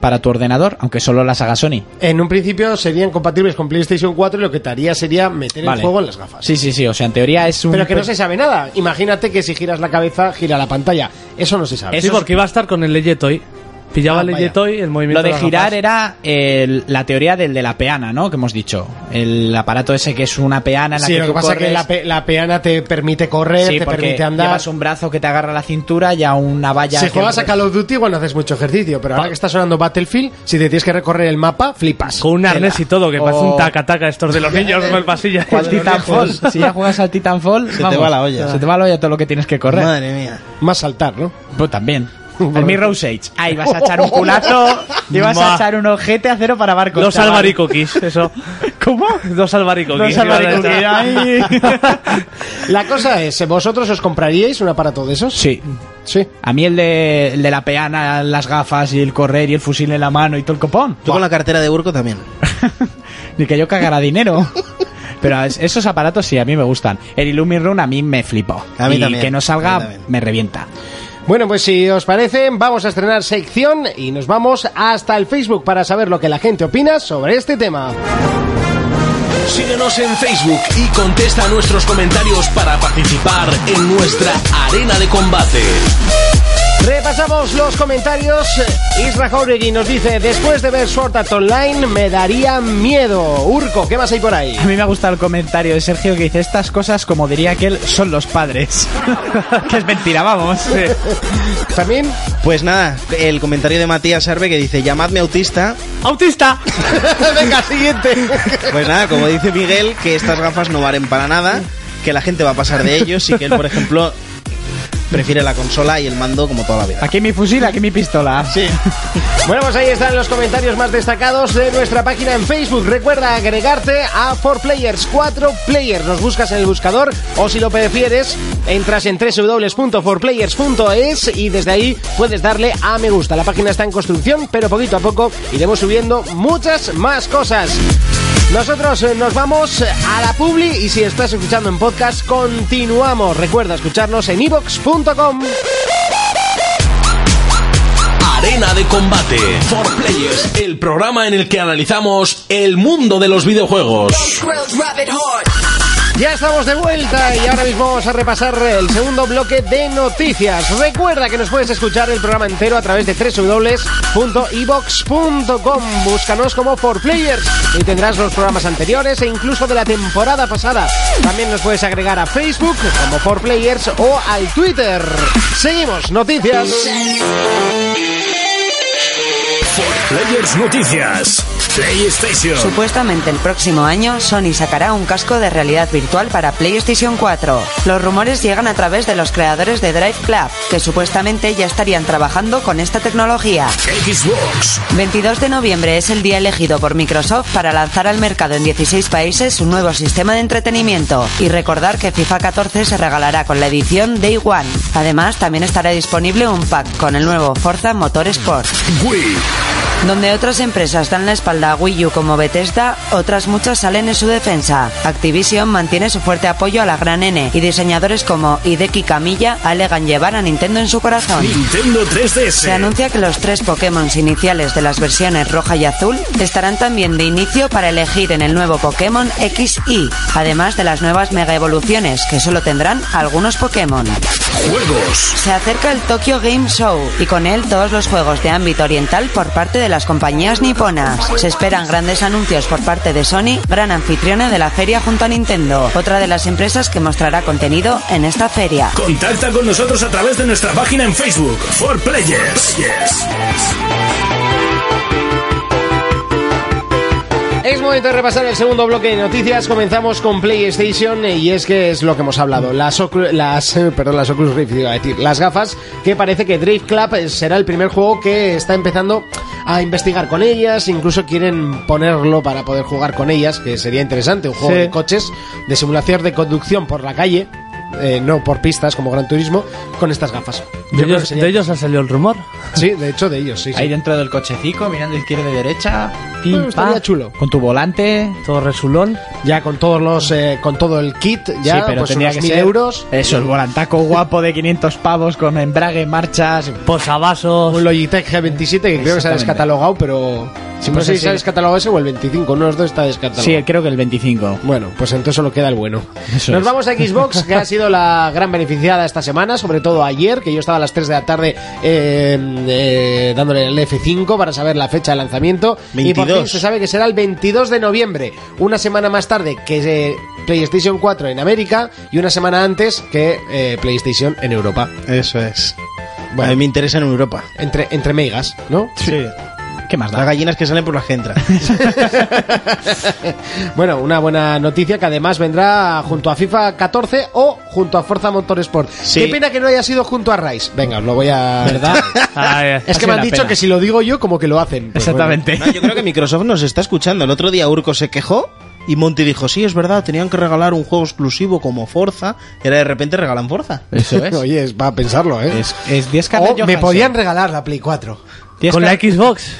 Speaker 4: para tu ordenador, aunque solo las haga Sony.
Speaker 2: En un principio serían compatibles con PlayStation 4 y lo que te haría sería meter
Speaker 4: Vale.
Speaker 2: el juego en las gafas.
Speaker 4: Sí, sí, sí. O sea, en teoría es un.
Speaker 2: Pero que no se sabe nada. Imagínate que si giras la cabeza, gira la pantalla. Eso no se sabe.
Speaker 6: Sí, porque iba a estar con el Legend hoy. Pillaba
Speaker 4: Ah,
Speaker 6: el
Speaker 4: vaya.
Speaker 6: Yetoy, el movimiento.
Speaker 4: Lo de
Speaker 6: las
Speaker 4: girar
Speaker 6: gafas.
Speaker 4: era el- la teoría del de la peana, ¿no? Que hemos dicho. El aparato ese que es una peana en la
Speaker 2: Sí,
Speaker 4: que
Speaker 2: lo que
Speaker 4: tú
Speaker 2: pasa es que
Speaker 4: corres.
Speaker 2: la, pe- la peana te permite correr,
Speaker 4: Sí,
Speaker 2: te
Speaker 4: porque
Speaker 2: permite andar.
Speaker 4: llevas un brazo que te agarra la cintura y a una valla.
Speaker 2: si
Speaker 4: que-
Speaker 2: juegas a Call of Duty, igual no haces mucho ejercicio, pero ahora que está sonando Battlefield, si te tienes que recorrer el mapa, flipas.
Speaker 6: Con un arnés y todo, que
Speaker 4: O-
Speaker 6: parece un taca-taca estos de los niños con el pasillo.
Speaker 4: Al Titanfall. Si ya juegas al Titanfall,
Speaker 5: te va la olla.
Speaker 4: Se te va la olla todo lo que tienes que correr.
Speaker 5: Madre mía.
Speaker 2: Más saltar, ¿no?
Speaker 4: Pues también. El Mirror Sage. Ahí vas a echar un culazo y vas a
Speaker 6: Ma.
Speaker 4: echar un ojete a cero para barcos.
Speaker 6: Dos
Speaker 4: chaval.
Speaker 6: albaricoquis, eso. ¿Cómo? Dos albaricoquis.
Speaker 4: Dos albaricoquis,
Speaker 6: Iban a estar.
Speaker 2: La cosa es, eh, ¿vosotros os compraríais un aparato de esos?
Speaker 4: Sí.
Speaker 2: Sí.
Speaker 4: A mí el de, el de la peana, las gafas y el correr y el fusil en la mano y todo el copón.
Speaker 5: Yo con la cartera de Urco también.
Speaker 4: Ni que yo cagara dinero. Pero es- esos aparatos sí, a mí me gustan. El Illumin Run a mí me flipó.
Speaker 5: A mí
Speaker 4: y
Speaker 5: también,
Speaker 4: que no
Speaker 5: a mí
Speaker 4: salga
Speaker 5: también.
Speaker 4: me revienta.
Speaker 2: Bueno, pues si os parece, vamos a estrenar sección y nos vamos hasta el Facebook para saber lo que la gente opina sobre este tema.
Speaker 9: Síguenos en Facebook y contesta a nuestros comentarios para participar en nuestra arena de combate.
Speaker 2: Repasamos los comentarios. Isra Jauregui nos dice, después de ver Sword Art Online, me daría miedo. Urco, ¿qué más hay por ahí?
Speaker 4: A mí me ha gustado el comentario de Sergio que dice estas cosas, como diría aquel, son los padres. que es mentira, vamos.
Speaker 2: ¿Fermín?
Speaker 5: Pues nada, el comentario de Matías Arbe que dice, llamadme autista.
Speaker 4: ¡Autista!
Speaker 2: Venga, siguiente.
Speaker 5: Pues nada, como dice Miguel, que estas gafas no valen para nada, que la gente va a pasar de ellos y que él, por ejemplo, prefiere la consola y el mando como toda la vida.
Speaker 4: Aquí mi fusil, aquí mi pistola.
Speaker 5: Sí.
Speaker 2: bueno, pues ahí están los comentarios más destacados de nuestra página en Facebook. Recuerda agregarte a 4Players, 4Players. Nos buscas en el buscador o si lo prefieres, entras en www.4players.es y desde ahí puedes darle a me gusta. La página está en construcción, pero poquito a poco iremos subiendo muchas más cosas. Nosotros eh, nos vamos a la publi y si estás escuchando en podcast, continuamos. Recuerda escucharnos en ibox.com.
Speaker 9: Arena de combate. For Players, el programa en el que analizamos el mundo de los videojuegos.
Speaker 2: Ya estamos de vuelta y ahora mismo vamos a repasar el segundo bloque de noticias. Recuerda que nos puedes escuchar el programa entero a través de www.evox.com. Búscanos como 4Players y tendrás los programas anteriores e incluso de la temporada pasada. También nos puedes agregar a Facebook como 4Players o al Twitter. Seguimos, noticias.
Speaker 1: Players Noticias. PlayStation.
Speaker 3: Supuestamente el próximo año Sony sacará un casco de realidad virtual para PlayStation 4. Los rumores llegan a través de los creadores de Drive Club, que supuestamente ya estarían trabajando con esta tecnología.
Speaker 1: Xbox.
Speaker 3: 22 de noviembre es el día elegido por Microsoft para lanzar al mercado en 16 países un nuevo sistema de entretenimiento y recordar que FIFA 14 se regalará con la edición Day One. Además, también estará disponible un pack con el nuevo Forza Motorsport.
Speaker 1: Wii.
Speaker 3: Donde otras empresas dan la espalda a Wii U como Bethesda, otras muchas salen en su defensa. Activision mantiene su fuerte apoyo a la gran N y diseñadores como Hideki Kamiya alegan llevar a Nintendo en su corazón.
Speaker 1: Nintendo 3DS.
Speaker 3: Se anuncia que los tres Pokémon iniciales de las versiones roja y azul estarán también de inicio para elegir en el nuevo Pokémon XY, además de las nuevas mega evoluciones que solo tendrán algunos Pokémon.
Speaker 1: Juegos.
Speaker 3: Se acerca el Tokyo Game Show y con él todos los juegos de ámbito oriental por parte de las compañías niponas. Se esperan grandes anuncios por parte de Sony, gran anfitriona de la feria junto a Nintendo, otra de las empresas que mostrará contenido en esta feria.
Speaker 1: Contacta con nosotros a través de nuestra página en Facebook. For Players. Yes.
Speaker 2: Es momento de repasar el segundo bloque de noticias. Comenzamos con PlayStation eh, y es que es lo que hemos hablado. Las, Ocru- las, eh, perdón, las Oculus Rift, iba a decir, las gafas, que parece que Drift Club eh, será el primer juego que está empezando a investigar con ellas. Incluso quieren ponerlo para poder jugar con ellas, que sería interesante. Un juego
Speaker 6: Sí.
Speaker 2: de coches, de simulación de conducción por la calle, eh, no por pistas como Gran Turismo, con estas gafas. Yo
Speaker 6: De
Speaker 2: creo que
Speaker 6: ellos,
Speaker 2: sería-
Speaker 6: de ellos ha salido el rumor.
Speaker 2: Sí, de hecho, de ellos, sí. sí.
Speaker 4: Ahí dentro del cochecico, mirando izquierda y derecha. pim,
Speaker 2: Bueno, estaría
Speaker 4: pam,
Speaker 2: chulo.
Speaker 4: Con tu volante.
Speaker 6: Todo resulón.
Speaker 2: Ya con todos los, eh, con todo el kit, ya
Speaker 4: sí, pero
Speaker 2: pues
Speaker 4: tendría
Speaker 2: unos
Speaker 4: que
Speaker 2: 1000
Speaker 4: ser
Speaker 2: euros.
Speaker 4: Eso, el volantaco guapo de 500 pavos con embrague, marchas.
Speaker 6: Posavasos.
Speaker 2: Un Logitech G27 que creo que se ha
Speaker 4: Exactamente.
Speaker 2: descatalogado, pero Si no
Speaker 4: Pues
Speaker 2: sé si
Speaker 4: así.
Speaker 2: está descatalogado ese o el 25, uno de los dos está descatalogado.
Speaker 4: Sí, creo que el 25.
Speaker 2: Bueno, pues entonces solo queda el bueno.
Speaker 4: Eso
Speaker 2: Nos
Speaker 4: es.
Speaker 2: vamos a Xbox, que ha sido la gran beneficiada esta semana, sobre todo ayer, que yo estaba a las 3 de la tarde eh, eh, dándole el F5 para saber la fecha de lanzamiento. Y por
Speaker 5: 22.
Speaker 2: fin se sabe que será el 22 de noviembre, una semana más tarde que eh, PlayStation 4 en América y una semana antes que eh, PlayStation en Europa.
Speaker 5: Eso es.
Speaker 2: Bueno.
Speaker 5: A mí me interesa en Europa.
Speaker 2: Entre, entre megas, ¿no?
Speaker 5: Sí.
Speaker 4: ¿Qué más
Speaker 5: Las
Speaker 4: da?
Speaker 5: gallinas que salen por las que entran. Pues
Speaker 2: Bueno, una buena noticia que además vendrá junto a FIFA 14 o junto a Forza Motorsport.
Speaker 5: Sí.
Speaker 2: Qué pena que no haya sido junto a Rise. Venga, os lo voy a...
Speaker 4: ¿Verdad?
Speaker 2: Es que me han dicho que si lo digo yo, como que lo hacen. Pues
Speaker 4: Exactamente.
Speaker 5: No, yo creo que Microsoft nos está escuchando. El otro día Urco se quejó y Monty dijo, sí, es verdad, tenían que regalar un juego exclusivo como Forza. Y ahora de repente regalan Forza.
Speaker 4: Eso
Speaker 2: bueno.
Speaker 4: es.
Speaker 2: Oye, es para pensarlo, ¿eh?
Speaker 4: Es, es 10
Speaker 2: O me podían regalar la Play 4.
Speaker 6: Con la Xbox.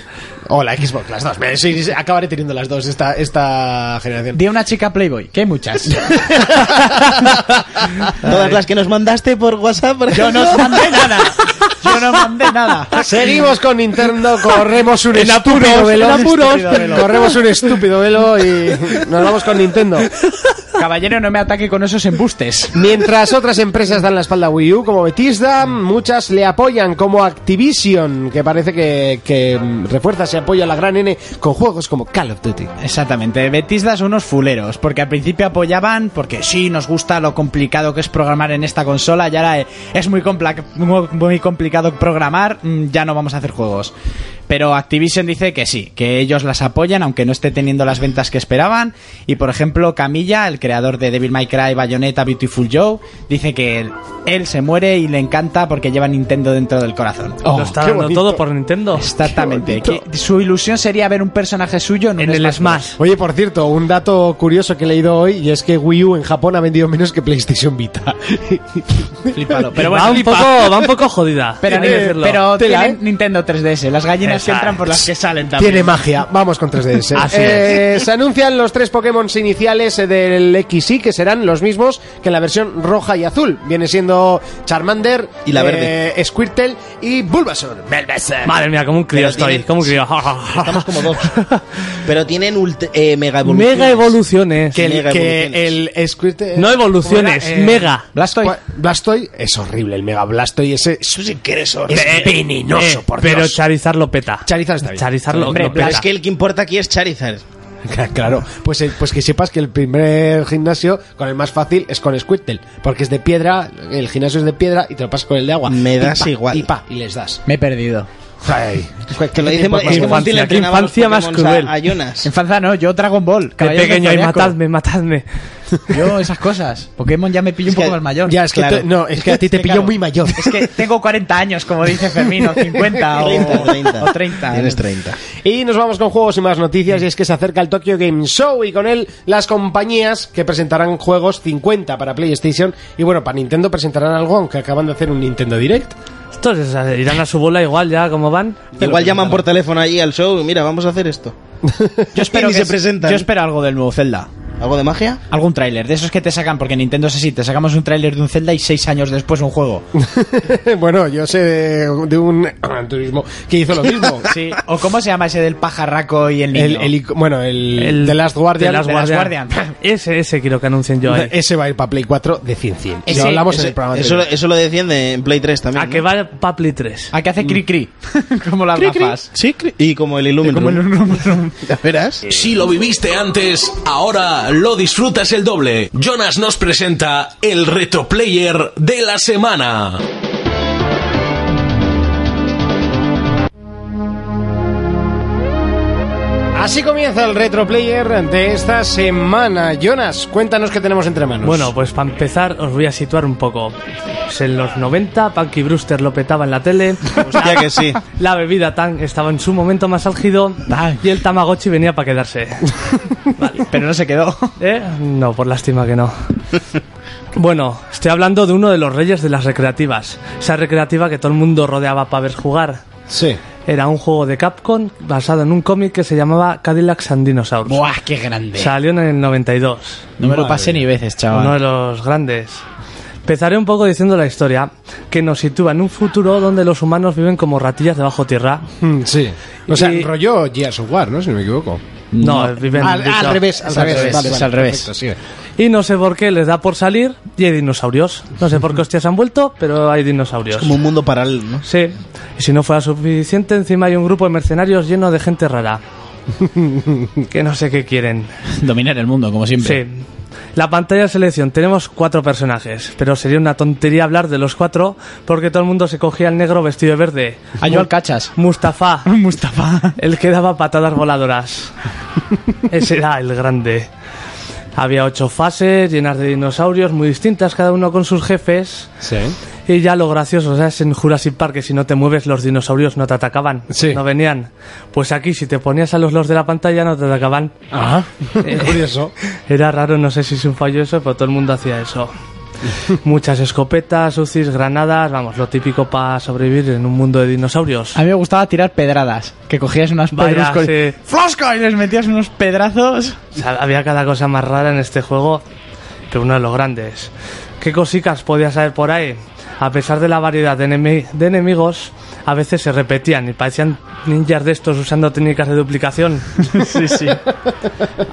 Speaker 2: O la Xbox, las dos. Me- sí, sí, acabaré teniendo las dos esta, esta generación.
Speaker 4: De una chica Playboy, que hay muchas.
Speaker 5: Todas las que nos mandaste por WhatsApp. por
Speaker 4: Yo
Speaker 5: ejemplo.
Speaker 4: no mandé nada. Yo no mandé nada.
Speaker 2: Seguimos con Nintendo, corremos un estúpido
Speaker 4: apuros,
Speaker 2: velo.
Speaker 4: en apuros.
Speaker 2: Corremos un estúpido velo y nos vamos con Nintendo.
Speaker 4: Caballero, no me ataque con esos embustes.
Speaker 2: Mientras otras empresas dan la espalda a Wii U, como Bethesda, muchas le apoyan, como Activision, que parece que, que mm, refuerza ese apoyo a la gran N con juegos como Call of Duty.
Speaker 4: Exactamente, Betisda son unos fuleros, porque al principio apoyaban, porque sí, nos gusta lo complicado que es programar en esta consola, y ahora eh, es muy, compla- muy muy complicado programar, mm, ya no vamos a hacer juegos. Pero Activision dice que sí, que ellos las apoyan, aunque no esté teniendo las ventas que esperaban, y por ejemplo Camilla, el creador de Devil May Cry, Bayonetta, Beautiful Joe, dice que él, él se muere y le encanta porque lleva Nintendo dentro del corazón.
Speaker 6: lo está dando todo por Nintendo.
Speaker 4: Exactamente, que su ilusión sería ver un personaje suyo en,
Speaker 6: En
Speaker 4: un
Speaker 6: el
Speaker 4: Bros.
Speaker 6: Smash.
Speaker 2: Oye, por cierto, un dato curioso que he leído hoy y es que Wii U en Japón ha vendido menos que PlayStation Vita.
Speaker 4: Flipado. Pero
Speaker 6: va,
Speaker 4: bueno,
Speaker 6: un poco, va un poco jodida.
Speaker 4: pero,
Speaker 6: hay que decirlo.
Speaker 4: pero
Speaker 2: Tela,
Speaker 4: tienen
Speaker 2: ¿eh?
Speaker 4: Nintendo 3DS, las gallinas que
Speaker 6: Exacto.
Speaker 4: entran por las que salen también.
Speaker 2: Tiene magia. Vamos con 3DS.
Speaker 6: Así
Speaker 2: Eh, Se anuncian los tres Pokémon iniciales eh, del XY que serán los mismos que en la versión roja y azul. Viene siendo Charmander
Speaker 5: Y la
Speaker 2: eh,
Speaker 5: verde.
Speaker 2: Squirtle y Bulbasaur. Bulbasaur.
Speaker 6: Madre mía, como un crío
Speaker 5: Pero
Speaker 6: estoy.
Speaker 5: tienen-
Speaker 6: Como un crío.
Speaker 5: Estamos como dos. Pero tienen ultra- eh, mega evoluciones.
Speaker 6: Mega evoluciones.
Speaker 2: Que el,
Speaker 5: Mega
Speaker 2: que
Speaker 5: evoluciones.
Speaker 2: el Squirtle.
Speaker 6: No evoluciones,
Speaker 2: ¿Cómo era?
Speaker 6: mega.
Speaker 4: Blastoise.
Speaker 2: ¿cuál? Blastoise es horrible, el Mega Blastoise ese. Eso sí que eres horrible. Es venenoso,
Speaker 6: Eh,
Speaker 2: por
Speaker 6: pero
Speaker 2: Dios.
Speaker 6: Charizard lo peta.
Speaker 2: Charizard está bien.
Speaker 6: Charizard lo,
Speaker 4: Hombre,
Speaker 6: lo
Speaker 5: Pero
Speaker 6: peta.
Speaker 4: Blas-
Speaker 5: es que el que importa aquí es Charizard.
Speaker 2: Claro, pues, eh, pues que sepas que el primer gimnasio con el más fácil es con Squirtle, porque es de piedra, el gimnasio es de piedra y te lo pasas con el de agua.
Speaker 5: Me
Speaker 2: Y
Speaker 5: das
Speaker 2: pa,
Speaker 5: igual.
Speaker 2: Y pa, y les das.
Speaker 4: Me he perdido.
Speaker 2: Ay,
Speaker 5: Te lo dice
Speaker 2: tiempos
Speaker 5: Mon-
Speaker 2: más
Speaker 5: es que Monty
Speaker 6: infancia,
Speaker 5: le
Speaker 6: qué
Speaker 5: entrenaba los
Speaker 6: infancia más
Speaker 5: Pokémon a-
Speaker 6: cruel.
Speaker 5: A, Jonas.
Speaker 4: En Fanza no, yo Dragon Ball.
Speaker 6: De
Speaker 4: Caballeros del
Speaker 6: pequeño, y
Speaker 4: Zodiaco.
Speaker 6: matadme, matadme.
Speaker 4: Yo esas cosas. Pokémon ya me pillo un
Speaker 5: Es que-
Speaker 4: poco más mayor.
Speaker 2: Ya, es que
Speaker 5: Claro.
Speaker 2: te- no, es que a ti te
Speaker 4: Es que,
Speaker 2: pilló
Speaker 4: claro,
Speaker 2: muy mayor.
Speaker 4: Es que tengo 40 años, como dice Fermín, o 50 o
Speaker 5: 30, 30.
Speaker 4: o 30.
Speaker 5: Tienes 30.
Speaker 2: Y nos vamos con juegos y más noticias, y es que se acerca el Tokyo Game Show y con él las compañías que presentarán juegos 50 para PlayStation y bueno, para Nintendo presentarán algo, aunque acaban de hacer un Nintendo Direct.
Speaker 6: Estos o sea, irán a su bola igual ya, como van.
Speaker 5: Igual llaman por teléfono allí al show y mira, vamos a hacer esto.
Speaker 4: Yo espero,
Speaker 5: Ni
Speaker 4: que
Speaker 5: se
Speaker 4: es-
Speaker 5: presentan.
Speaker 4: yo espero algo del nuevo Zelda.
Speaker 5: ¿Algo de magia?
Speaker 4: Algún tráiler, de esos que te sacan, porque Nintendo es así, te sacamos un tráiler de un Zelda y seis años después un juego.
Speaker 2: bueno, yo sé de, de un turismo que hizo lo mismo.
Speaker 4: Sí. ¿O cómo se llama ese del pajarraco y el niño?
Speaker 2: El, el ic- bueno, el,
Speaker 6: El-
Speaker 2: The Last Guardian.
Speaker 6: The Last
Speaker 4: The Last
Speaker 6: Guardian.
Speaker 4: Guardian.
Speaker 6: Ese, ese quiero que anuncien yo eh. ahí.
Speaker 2: Ese va a ir para Play 4 de 100 100.
Speaker 4: Ese-
Speaker 2: Lo hablamos en
Speaker 5: Ese-
Speaker 2: el programa
Speaker 5: eso,
Speaker 2: anterior.
Speaker 5: eso lo decían de- en Play 3 también.
Speaker 6: A que
Speaker 5: eh, ¿no?
Speaker 6: va Papli 3.
Speaker 4: ¿A qué hace cri cri? como las
Speaker 5: Cri, cri.
Speaker 4: gafas.
Speaker 5: Sí, cri. Y como el Illuminum.
Speaker 4: Como el rum, rum.
Speaker 5: ¿Ya verás?
Speaker 9: Si lo viviste antes, ahora lo disfrutas el doble. Jonas nos presenta el Retro Player de la semana.
Speaker 2: Así comienza el retro player de esta semana. Jonas, cuéntanos qué tenemos entre manos.
Speaker 6: Bueno, pues para empezar os voy a situar un poco. Pues en los 90, Punky Brewster lo petaba en la tele.
Speaker 5: Hostia que sí.
Speaker 6: La bebida tan estaba en su momento más álgido
Speaker 4: Ay.
Speaker 6: y el Tamagotchi venía para quedarse.
Speaker 4: Pero no se quedó.
Speaker 6: ¿Eh? No, por lástima que no. Bueno, estoy hablando de uno de los reyes de las recreativas. Esa recreativa que todo el mundo rodeaba para ver jugar.
Speaker 2: sí.
Speaker 6: Era un juego de Capcom basado en un cómic que se llamaba Cadillacs and Dinosaurs.
Speaker 4: Buah, qué grande.
Speaker 6: Salió en el 92.
Speaker 4: no me lo pasé ni veces, chaval.
Speaker 6: Uno de los grandes. Empezaré un poco diciendo la historia, que nos sitúa en un futuro donde los humanos viven como ratillas de bajo tierra
Speaker 2: Mm, sí. O sea,
Speaker 6: Y-
Speaker 2: rollo Gears of War, ¿no? Si no me equivoco.
Speaker 6: No, viven-
Speaker 2: Al, al
Speaker 6: no,
Speaker 2: revés, al
Speaker 6: es
Speaker 2: revés.
Speaker 4: revés,
Speaker 2: vale,
Speaker 4: es
Speaker 2: vale,
Speaker 4: al revés.
Speaker 2: perfecto, sigue.
Speaker 6: Y no sé por qué les da por salir y hay dinosaurios. No sé por qué hostias han vuelto, pero hay dinosaurios.
Speaker 5: Como un mundo paralelo, ¿no?
Speaker 6: Sí, y si no fuera suficiente, encima hay un grupo de mercenarios lleno de gente rara. que no sé qué quieren.
Speaker 4: Dominar el mundo, como siempre.
Speaker 6: Sí. La pantalla de selección, tenemos cuatro personajes, pero sería una tontería hablar de los cuatro porque todo el mundo se cogía el negro vestido de verde.
Speaker 4: Ayol Ah, Cachas.
Speaker 6: Mustafa,
Speaker 4: Mustafa.
Speaker 6: el que daba patadas voladoras. Ese era el grande. Había ocho fases llenas de dinosaurios muy distintas, cada uno con sus jefes.
Speaker 2: Sí.
Speaker 6: Y ya lo gracioso, ¿sabes? En Jurassic Park, que si no te mueves, los dinosaurios no te atacaban.
Speaker 2: Sí.
Speaker 6: No venían. Pues aquí, si te ponías a los los de la pantalla, no te atacaban. Eh,
Speaker 2: Ah, curioso.
Speaker 6: Era raro, no sé si es un fallo eso, pero todo el mundo hacía eso. Muchas escopetas, UCIs, granadas, vamos, lo típico para sobrevivir en un mundo de dinosaurios.
Speaker 4: A mí me gustaba tirar pedradas. Que cogías unas
Speaker 6: Vaya,
Speaker 4: pedras con...
Speaker 6: sí.
Speaker 4: ¡Flasca! Y les metías unos pedrazos.
Speaker 6: O sea, había cada cosa más rara en este juego, pero uno de los grandes. ¿Qué cositas podías saber por ahí? A pesar de la variedad de, enemi- de enemigos, a veces se repetían y parecían ninjas de estos usando técnicas de duplicación.
Speaker 4: sí, sí.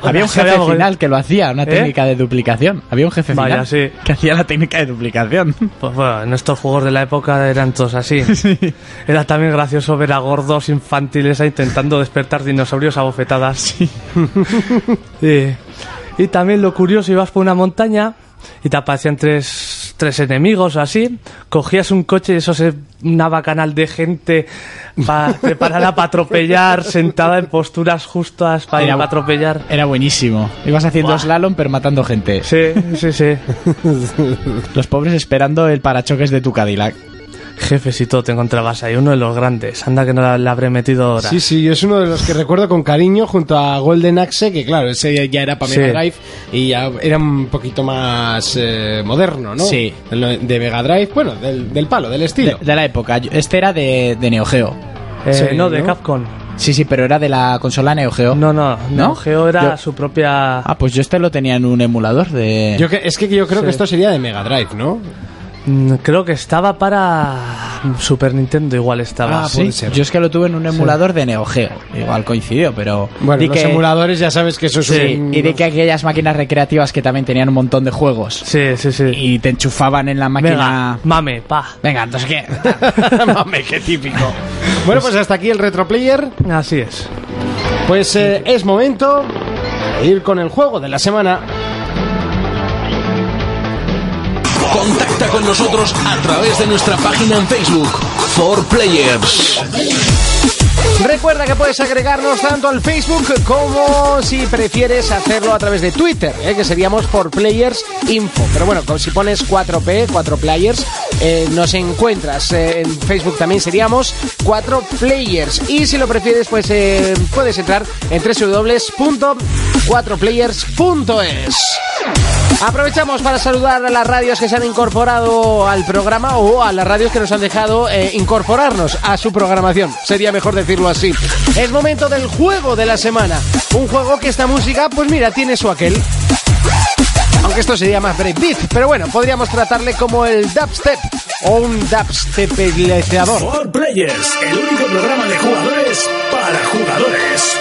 Speaker 4: Había un
Speaker 6: Sí,
Speaker 4: jefe
Speaker 6: había mogollón.
Speaker 4: final que lo hacía, una
Speaker 6: ¿Eh?
Speaker 4: técnica de duplicación. Había un jefe
Speaker 6: Vaya,
Speaker 4: final
Speaker 6: sí.
Speaker 4: que hacía la técnica de duplicación.
Speaker 6: Pues bueno, en estos juegos de la época eran todos así. Era también gracioso ver a gordos infantiles ahí intentando despertar dinosaurios a bofetadas. Sí. Y también lo curioso, ibas por una montaña y te aparecían tres, tres enemigos o así, cogías un coche y eso es una bacanal de gente pa- preparada para atropellar, sentada en posturas justas para
Speaker 4: Era-
Speaker 6: atropellar.
Speaker 4: Era buenísimo. Ibas haciendo
Speaker 6: Buah.
Speaker 4: slalom pero matando gente.
Speaker 6: Sí, sí, sí.
Speaker 4: Los pobres esperando el parachoques de tu Cadillac.
Speaker 6: Jefes y todo te encontrabas ahí, uno de los grandes. Anda que no la, la habré metido ahora.
Speaker 2: Sí, sí, es uno de los que recuerdo con cariño junto a Golden Axe, que claro, ese ya- ya era para Mega
Speaker 6: Sí.
Speaker 2: Drive y ya era un poquito más eh, moderno, ¿no?
Speaker 4: Sí.
Speaker 2: De lo- De Mega Drive, bueno, del, del palo, del
Speaker 4: De,
Speaker 2: estilo.
Speaker 4: de la época. Yo- Este era de, de Neo Geo.
Speaker 6: Eh,
Speaker 2: Sí,
Speaker 6: no, de
Speaker 2: ¿no?
Speaker 6: Capcom.
Speaker 4: Sí, sí, pero era de la consola Neo Geo.
Speaker 6: No, no, no.
Speaker 4: ¿No?
Speaker 6: Geo era
Speaker 4: Yo-
Speaker 6: su propia.
Speaker 4: Ah, pues yo este lo tenía en un emulador de...
Speaker 2: Yo que- es que yo creo que esto sería de Mega Drive, ¿no?
Speaker 6: Mm, Creo que estaba para Super Nintendo, igual estaba.
Speaker 2: Ah,
Speaker 4: Sí,
Speaker 2: puede ser.
Speaker 4: Yo es que lo tuve en un emulador de Neo Geo. Igual coincidió, pero...
Speaker 2: Bueno,
Speaker 4: Di
Speaker 2: los
Speaker 4: que-
Speaker 2: emuladores ya sabes que eso es
Speaker 4: Sí,
Speaker 2: un...
Speaker 4: y de que aquellas máquinas recreativas que también tenían un montón de juegos.
Speaker 6: Sí, sí, sí.
Speaker 4: Y te enchufaban en la máquina...
Speaker 6: Venga, mame, pa.
Speaker 4: Venga, entonces qué...
Speaker 2: Mame, qué típico. Bueno, pues hasta aquí el retroplayer.
Speaker 6: Así es.
Speaker 2: Pues eh, es momento de ir con el juego de la semana.
Speaker 9: Contacta con nosotros a través de nuestra página en Facebook, For Players.
Speaker 2: Recuerda que puedes agregarnos tanto al Facebook como si prefieres hacerlo a través de Twitter, ¿eh? que seríamos por Players Info. Pero bueno, con- si pones 4P, 4 Players, eh, nos encuentras. Eh, en Facebook también seríamos 4 Players. Y si lo prefieres, pues eh, puedes entrar en www.4players.es. Aprovechamos para saludar a las radios que se han incorporado al programa o a las radios que nos han dejado eh, incorporarnos a su programación. Sería mejor decirlo así. Es momento del juego de la semana. Un juego que esta música, pues mira, tiene su aquel. Aunque esto sería más breakbeat, pero bueno, podríamos tratarle como el dubstep o un dubstepilizador.
Speaker 1: For Players, el único programa de jugadores para jugadores.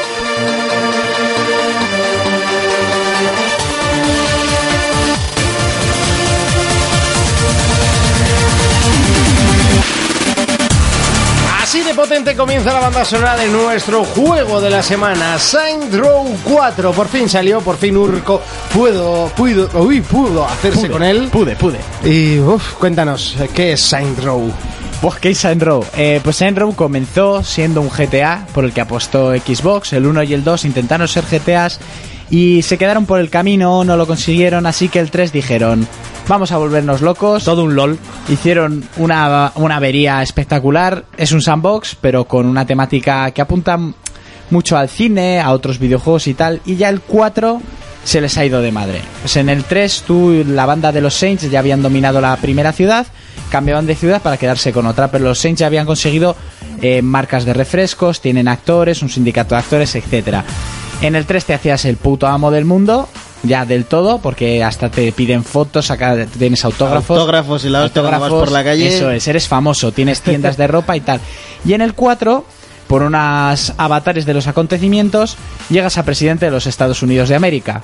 Speaker 2: Así de potente comienza la banda sonora de nuestro juego de la semana, Saint Row 4. Por fin salió, por fin Urco pudo, pudo, uy, pudo hacerse con él.
Speaker 4: Pude, pude.
Speaker 2: Y uf, cuéntanos, ¿qué es Saint Row?
Speaker 4: Pues, ¿qué es Saints Row? Eh, pues Saints Row comenzó siendo un GTA por el que apostó Xbox. El 1 y el 2 intentaron ser GTAs y se quedaron por el camino, no lo consiguieron, así que el 3 dijeron, vamos a volvernos locos.
Speaker 6: Todo un LOL.
Speaker 4: Hicieron una, una avería espectacular. Es un sandbox, pero con una temática que apunta mucho al cine, a otros videojuegos y tal. Y ya el 4 se les ha ido de madre. Pues en el 3, tú y la banda de los Saints ya habían dominado la primera ciudad, cambiaban de ciudad para quedarse con otra, pero los Saints ya habían conseguido eh, marcas de refrescos, tienen actores, un sindicato de actores, etcétera. En el 3 te hacías el puto amo del mundo, ya del todo, porque hasta te piden fotos, saca- tienes autógrafos.
Speaker 5: Autógrafos y la hostia cuando vas
Speaker 4: Autógrafos,
Speaker 5: por la calle.
Speaker 4: Eso es, eres famoso, tienes tiendas de ropa y tal. Y en el 4 por unas avatares de los acontecimientos, llegas a presidente de los Estados Unidos de América.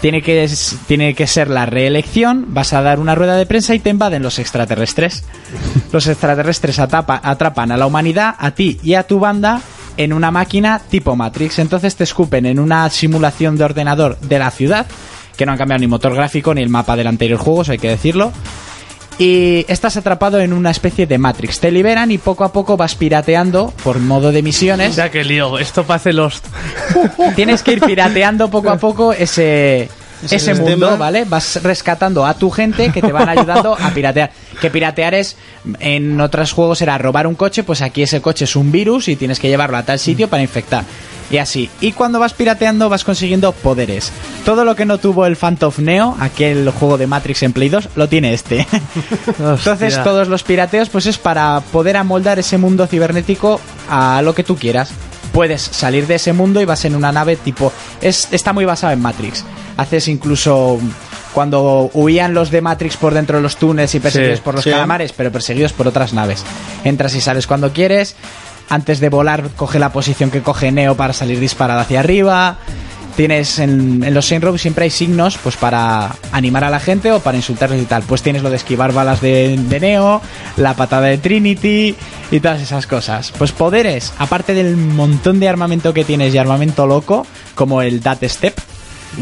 Speaker 4: Tiene que, es- tiene que ser la reelección, vas a dar una rueda de prensa y te invaden los extraterrestres. Los extraterrestres atapa- atrapan a la humanidad, a ti y a tu banda en una máquina tipo Matrix. Entonces te escupen en una simulación de ordenador de la ciudad, que no han cambiado ni motor gráfico ni el mapa del anterior juego, eso hay que decirlo y estás atrapado en una especie de Matrix. Te liberan y poco a poco vas pirateando por modo de misiones.
Speaker 6: Ya que lío, esto parece los...
Speaker 4: Tienes que ir pirateando poco a poco ese ese,
Speaker 5: sistema.
Speaker 4: mundo, ¿vale? Vas rescatando a tu gente que te van ayudando a piratear. Que piratear es, en otros juegos era robar un coche, pues aquí ese coche es un virus y tienes que llevarlo a tal sitio para infectar. Y así. Y cuando vas pirateando vas consiguiendo poderes. Todo lo que no tuvo el Phantom Neo, aquel juego de Matrix en Play 2, lo tiene este. Entonces
Speaker 6: Hostia.
Speaker 4: todos los pirateos pues es para poder amoldar ese mundo cibernético a lo que tú quieras. Puedes salir de ese mundo y vas en una nave tipo... Es, está muy basado en Matrix. Haces incluso... Cuando huían los de Matrix por dentro de los túneles y perseguidos
Speaker 6: Sí,
Speaker 4: por los
Speaker 5: sí.
Speaker 4: calamares, pero perseguidos por otras naves. Entras y sales cuando quieres. Antes de volar, coge la posición que coge Neo para salir disparado hacia arriba. Tienes en, en los Saint Row siempre hay signos pues para animar a la gente o para insultarles y tal. Pues tienes lo de esquivar balas de, de Neo, la patada de Trinity y todas esas cosas. Pues poderes, aparte del montón de armamento que tienes y armamento loco, como el Dat Step,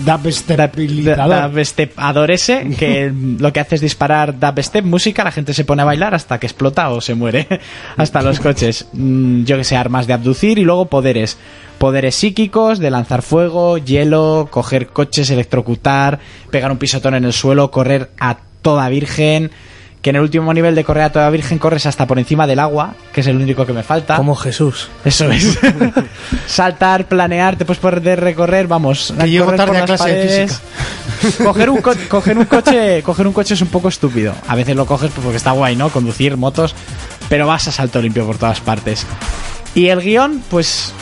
Speaker 7: Dapestabilizador.
Speaker 4: Dubstep ese que lo que hace es disparar dubstep, música, la gente se pone a bailar hasta que explota o se muere. Hasta los coches. Mm, Yo que sé, armas de abducir y luego poderes. Poderes psíquicos, de lanzar fuego, hielo, coger coches, electrocutar, pegar un pisotón en el suelo, correr a toda virgen. Que en el último nivel de correr a toda virgen corres hasta por encima del agua, que es el único que me falta.
Speaker 6: Como Jesús.
Speaker 4: Eso es. Saltar, planear, te puedes poder recorrer, vamos.
Speaker 7: Que llego
Speaker 4: correr
Speaker 7: tarde
Speaker 4: por
Speaker 7: a
Speaker 4: las
Speaker 7: clase de
Speaker 4: paredes. Coger un, co- coger un coche, coger un coche es un poco estúpido. A veces lo coges pues, porque está guay, ¿no? Conducir motos, pero vas a salto limpio por todas partes. Y el guión, pues,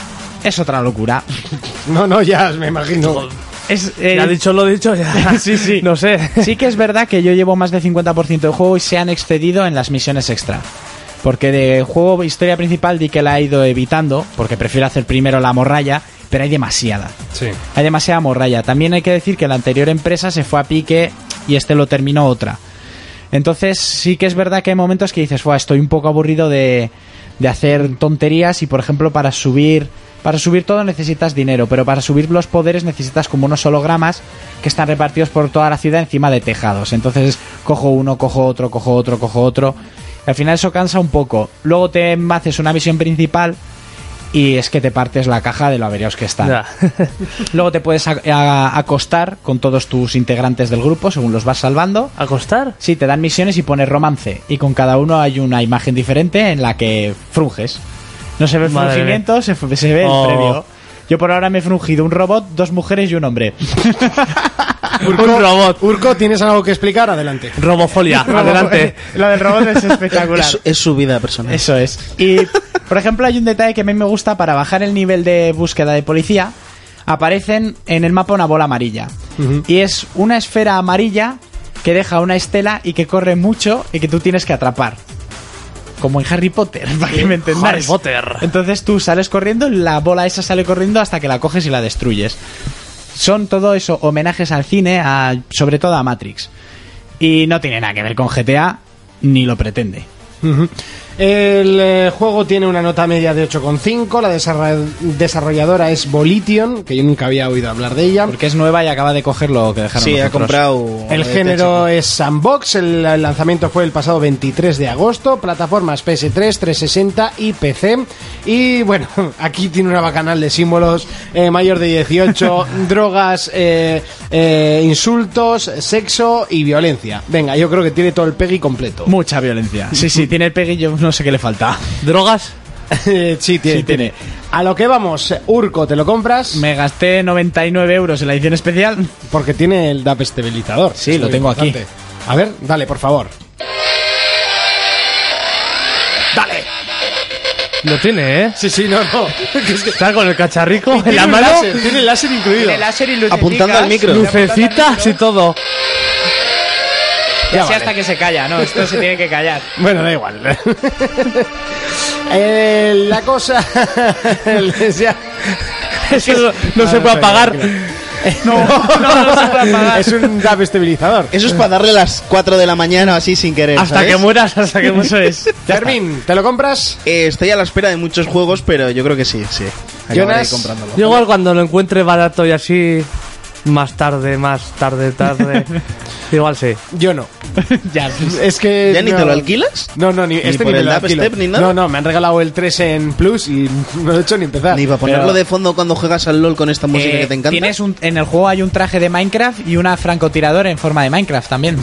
Speaker 4: es otra locura.
Speaker 7: No, no, ya me imagino.
Speaker 4: Es, eh,
Speaker 6: Ya dicho lo dicho, ya.
Speaker 4: Sí, sí.
Speaker 6: No sé.
Speaker 4: Sí que es verdad que yo llevo más del 50% del juego y se han excedido en las misiones extra. Porque de juego historia principal di que la he ido evitando, porque prefiero hacer primero la morralla, pero hay demasiada.
Speaker 7: Sí.
Speaker 4: Hay demasiada morralla. También hay que decir que la anterior empresa se fue a pique y este lo terminó otra. Entonces sí que es verdad que hay momentos que dices, "Buah, estoy un poco aburrido de, de hacer tonterías y por ejemplo para subir para subir todo necesitas dinero, pero para subir los poderes necesitas como unos hologramas que están repartidos por toda la ciudad encima de tejados. Entonces cojo uno, cojo otro, cojo otro, cojo otro. Al final eso cansa un poco. Luego te haces una misión principal y es que te partes la caja de lo averiados que están.
Speaker 6: Ya.
Speaker 4: Luego te puedes a- a- acostar con todos tus integrantes del grupo según los vas salvando.
Speaker 6: ¿Acostar?
Speaker 4: Sí, te dan misiones y pones romance. Y con cada uno hay una imagen diferente en la que frunges. No se ve el
Speaker 6: Madre
Speaker 4: frungimiento, se, fu- se ve
Speaker 6: Oh.
Speaker 4: el previo. Yo por ahora me he frungido un robot, dos mujeres y un hombre.
Speaker 6: Un robot.
Speaker 7: Urco, ¿tienes algo que explicar? Adelante.
Speaker 6: Robofolia. Adelante.
Speaker 4: Lo del robot es espectacular.
Speaker 5: Es, es su vida personal.
Speaker 4: Eso es. Y, por ejemplo, hay un detalle que a mí me gusta para bajar el nivel de búsqueda de policía. Aparecen en el mapa una bola amarilla. Y es una esfera amarilla que deja una estela y que corre mucho y que tú tienes que atrapar. Como en Harry Potter, para que me entendáis.
Speaker 6: Harry Potter.
Speaker 4: Entonces tú sales corriendo, la bola esa sale corriendo hasta que la coges y la destruyes. Son todo eso homenajes al cine, a- sobre todo a Matrix. Y no tiene nada que ver con GTA, ni lo pretende.
Speaker 7: El eh, juego tiene una nota media de 8,5. La desarra- desarrolladora es Volition, que yo nunca había oído hablar de ella.
Speaker 4: Porque es nueva y acaba de coger lo que dejaron
Speaker 5: Sí, ha
Speaker 4: nosotros.
Speaker 5: comprado.
Speaker 7: El género es sandbox, el el lanzamiento fue el pasado 23 de agosto, plataformas PS3, 360 y PC. Y bueno, aquí tiene una bacanal de símbolos, eh, mayor de 18, drogas, eh, eh, insultos, sexo y violencia. Venga, yo creo que tiene todo el peggy completo.
Speaker 4: Mucha violencia. Sí, sí, tiene el pegue y yo no sé qué le falta.
Speaker 6: ¿Drogas?
Speaker 7: Eh, sí, tiene,
Speaker 4: Sí, tiene.
Speaker 7: A lo que vamos, Urco, ¿te lo compras?
Speaker 4: Me gasté 99 euros en la edición especial.
Speaker 7: Porque tiene el DAP estabilizador.
Speaker 4: Sí,
Speaker 7: Es
Speaker 4: lo
Speaker 7: muy
Speaker 4: tengo aquí.
Speaker 7: A ver, dale, por favor. ¡Dale!
Speaker 6: Lo tiene, ¿eh?
Speaker 7: Sí, sí, no, no.
Speaker 6: Está con el cacharrico en
Speaker 7: Tiene
Speaker 6: la
Speaker 7: un
Speaker 6: mano.
Speaker 7: láser, tiene el láser incluido.
Speaker 4: láser y
Speaker 5: Apuntando al micro.
Speaker 6: Lucecitas y todo.
Speaker 4: Y así
Speaker 2: vale.
Speaker 4: hasta que se calla, ¿no? Esto se tiene que callar.
Speaker 2: Bueno, da igual. Eh, la cosa. les ya-
Speaker 6: Eso no, no se puede apagar.
Speaker 4: No, no, no se puede apagar.
Speaker 2: Es un DAB estabilizador.
Speaker 5: Eso es para darle las 4 de la mañana así sin querer.
Speaker 6: Hasta
Speaker 5: ¿sabes?
Speaker 6: que mueras, hasta que mueras. es.
Speaker 2: Fermín, ¿te lo compras?
Speaker 5: Eh, estoy a la espera de muchos juegos, pero yo creo que sí, sí. Acabaré
Speaker 2: Jonas.
Speaker 5: comprándolo.
Speaker 6: Yo igual cuando lo encuentre barato y así, más tarde, más tarde, tarde. igual sí.
Speaker 2: Yo no.
Speaker 4: Ya, sí.
Speaker 2: Es que.
Speaker 5: ¿Ya ni
Speaker 2: no.
Speaker 5: te lo alquilas?
Speaker 2: No, no, ni, este
Speaker 5: por
Speaker 2: ni me
Speaker 5: el
Speaker 2: lo
Speaker 5: DAB
Speaker 2: alquilo.
Speaker 5: step ni nada?
Speaker 2: No, no, me han regalado el 3 en Plus y no lo he hecho ni empezar.
Speaker 5: Ni para ponerlo
Speaker 2: Pero-
Speaker 5: de fondo cuando juegas al LOL con esta música
Speaker 4: Eh,
Speaker 5: que te encanta.
Speaker 4: Tienes un, en el juego hay un traje de Minecraft y una francotiradora en forma de Minecraft también.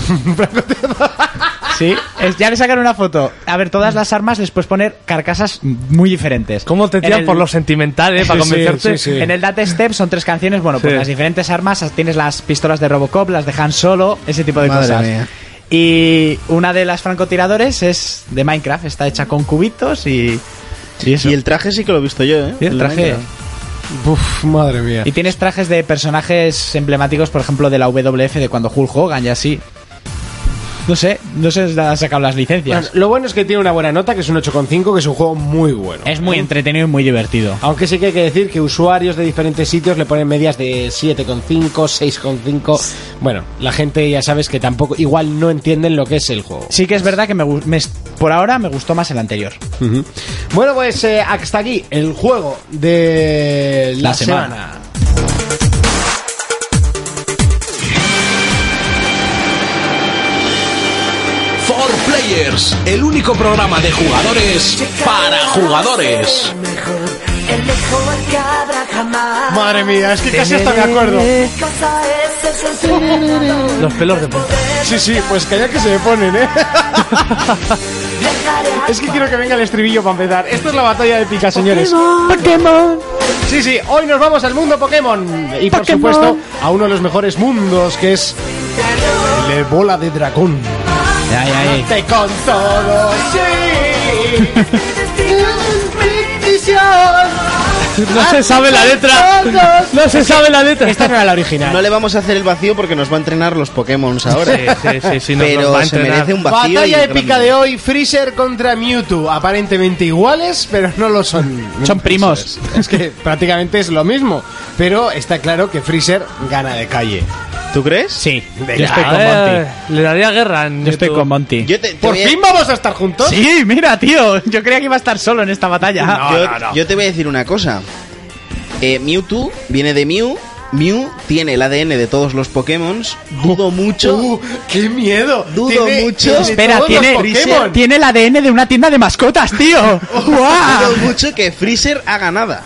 Speaker 4: sí, es- ya le sacan una foto. A ver, todas las armas les puedes poner carcasas muy diferentes.
Speaker 6: ¿Cómo te
Speaker 4: En
Speaker 6: tiran
Speaker 4: el-
Speaker 6: por lo sentimental, eh? Para
Speaker 2: Sí, sí,
Speaker 6: convencerte.
Speaker 2: sí, sí.
Speaker 4: En el Date Step son tres canciones, bueno, pues
Speaker 6: Sí.
Speaker 4: las diferentes armas, tienes las pistolas de Robocop, las de Han Solo, ese tipo de
Speaker 5: Madre
Speaker 4: cosas.
Speaker 5: mía.
Speaker 4: Y una de las francotiradores es de Minecraft, está hecha con cubitos y... Y, eso.
Speaker 5: Y el traje sí que lo he visto yo, ¿eh?
Speaker 4: Sí, el traje.
Speaker 5: Minecraft.
Speaker 2: Uf, madre mía.
Speaker 4: Y tienes trajes de personajes emblemáticos, por ejemplo, de la WWF, de cuando Hulk Hogan y así. No sé, no sé dónde han sacado las
Speaker 2: Bueno,
Speaker 4: licencias.
Speaker 2: lo bueno es que tiene una buena nota, que es un 8,5, que es un juego muy bueno.
Speaker 4: Es muy entretenido y muy divertido.
Speaker 2: Aunque sí que hay que decir que usuarios de diferentes sitios le ponen medias de 7,5, 6,5. Bueno, la gente ya sabes que tampoco, igual no entienden lo que es el juego.
Speaker 4: Sí que es verdad que me, gu- me es- por ahora me gustó más el anterior.
Speaker 2: Ujú. Bueno, pues eh, hasta aquí el juego de Eh, la,
Speaker 4: La semana.
Speaker 2: semana.
Speaker 10: For Players, el único programa de jugadores para jugadores.
Speaker 2: Madre mía, es que casi hasta me acuerdo.
Speaker 6: Los pelos de punta.
Speaker 2: Sí, sí, pues calla que se me ponen, ¿eh? Es que quiero que venga el estribillo para empezar. Esto es la batalla de pica, señores. Pokémon. Sí, sí, hoy nos vamos al mundo Pokémon. Y por supuesto, a uno de los mejores mundos, que es el de bola de dragón.
Speaker 4: Ay, ay,
Speaker 2: Te con todo, sí.
Speaker 6: No se sabe la letra. No se sabe la letra.
Speaker 2: Esta Ah, no era la
Speaker 4: Ah.
Speaker 2: original.
Speaker 5: No le vamos a hacer el vacío porque nos va a entrenar los Pokémon ahora.
Speaker 6: Sí, sí, sí, sí, nos los va
Speaker 5: pero
Speaker 6: a
Speaker 5: se
Speaker 6: entrenar.
Speaker 5: merece un vacío.
Speaker 2: Batalla
Speaker 5: y
Speaker 2: épica
Speaker 5: grande.
Speaker 2: de hoy, Freezer contra Mewtwo. Aparentemente iguales, pero no lo son.
Speaker 4: Son primos.
Speaker 2: Es que prácticamente es lo mismo. Pero está claro que Freezer gana de calle.
Speaker 5: ¿Tú crees?
Speaker 4: Sí,
Speaker 2: Venga,
Speaker 4: yo estoy
Speaker 6: A
Speaker 4: con
Speaker 6: ver,
Speaker 4: Monty.
Speaker 6: Ah, eh, Le daría guerra. en
Speaker 4: Yo estoy
Speaker 6: YouTube.
Speaker 4: con Monty.
Speaker 5: Yo te, te
Speaker 2: ¿Por
Speaker 5: voy a-
Speaker 2: fin vamos a estar juntos?
Speaker 4: Sí, mira, tío. Yo creía que iba a estar solo en esta batalla.
Speaker 5: yo, yo te voy a decir una cosa. Eh, Mewtwo viene de Mew. Mew tiene el ADN de todos los Pokémon. Dudo mucho.
Speaker 2: Uh, ¡Qué miedo!
Speaker 5: Dudo
Speaker 2: Tiene-
Speaker 5: mucho.
Speaker 2: tiene
Speaker 4: Espera,
Speaker 2: todos los
Speaker 4: tiene,
Speaker 2: Pokémon. Oh,
Speaker 4: tiene el ADN de una tienda de mascotas, tío. ¡Guau!
Speaker 5: Dudo mucho que Freezer haga nada.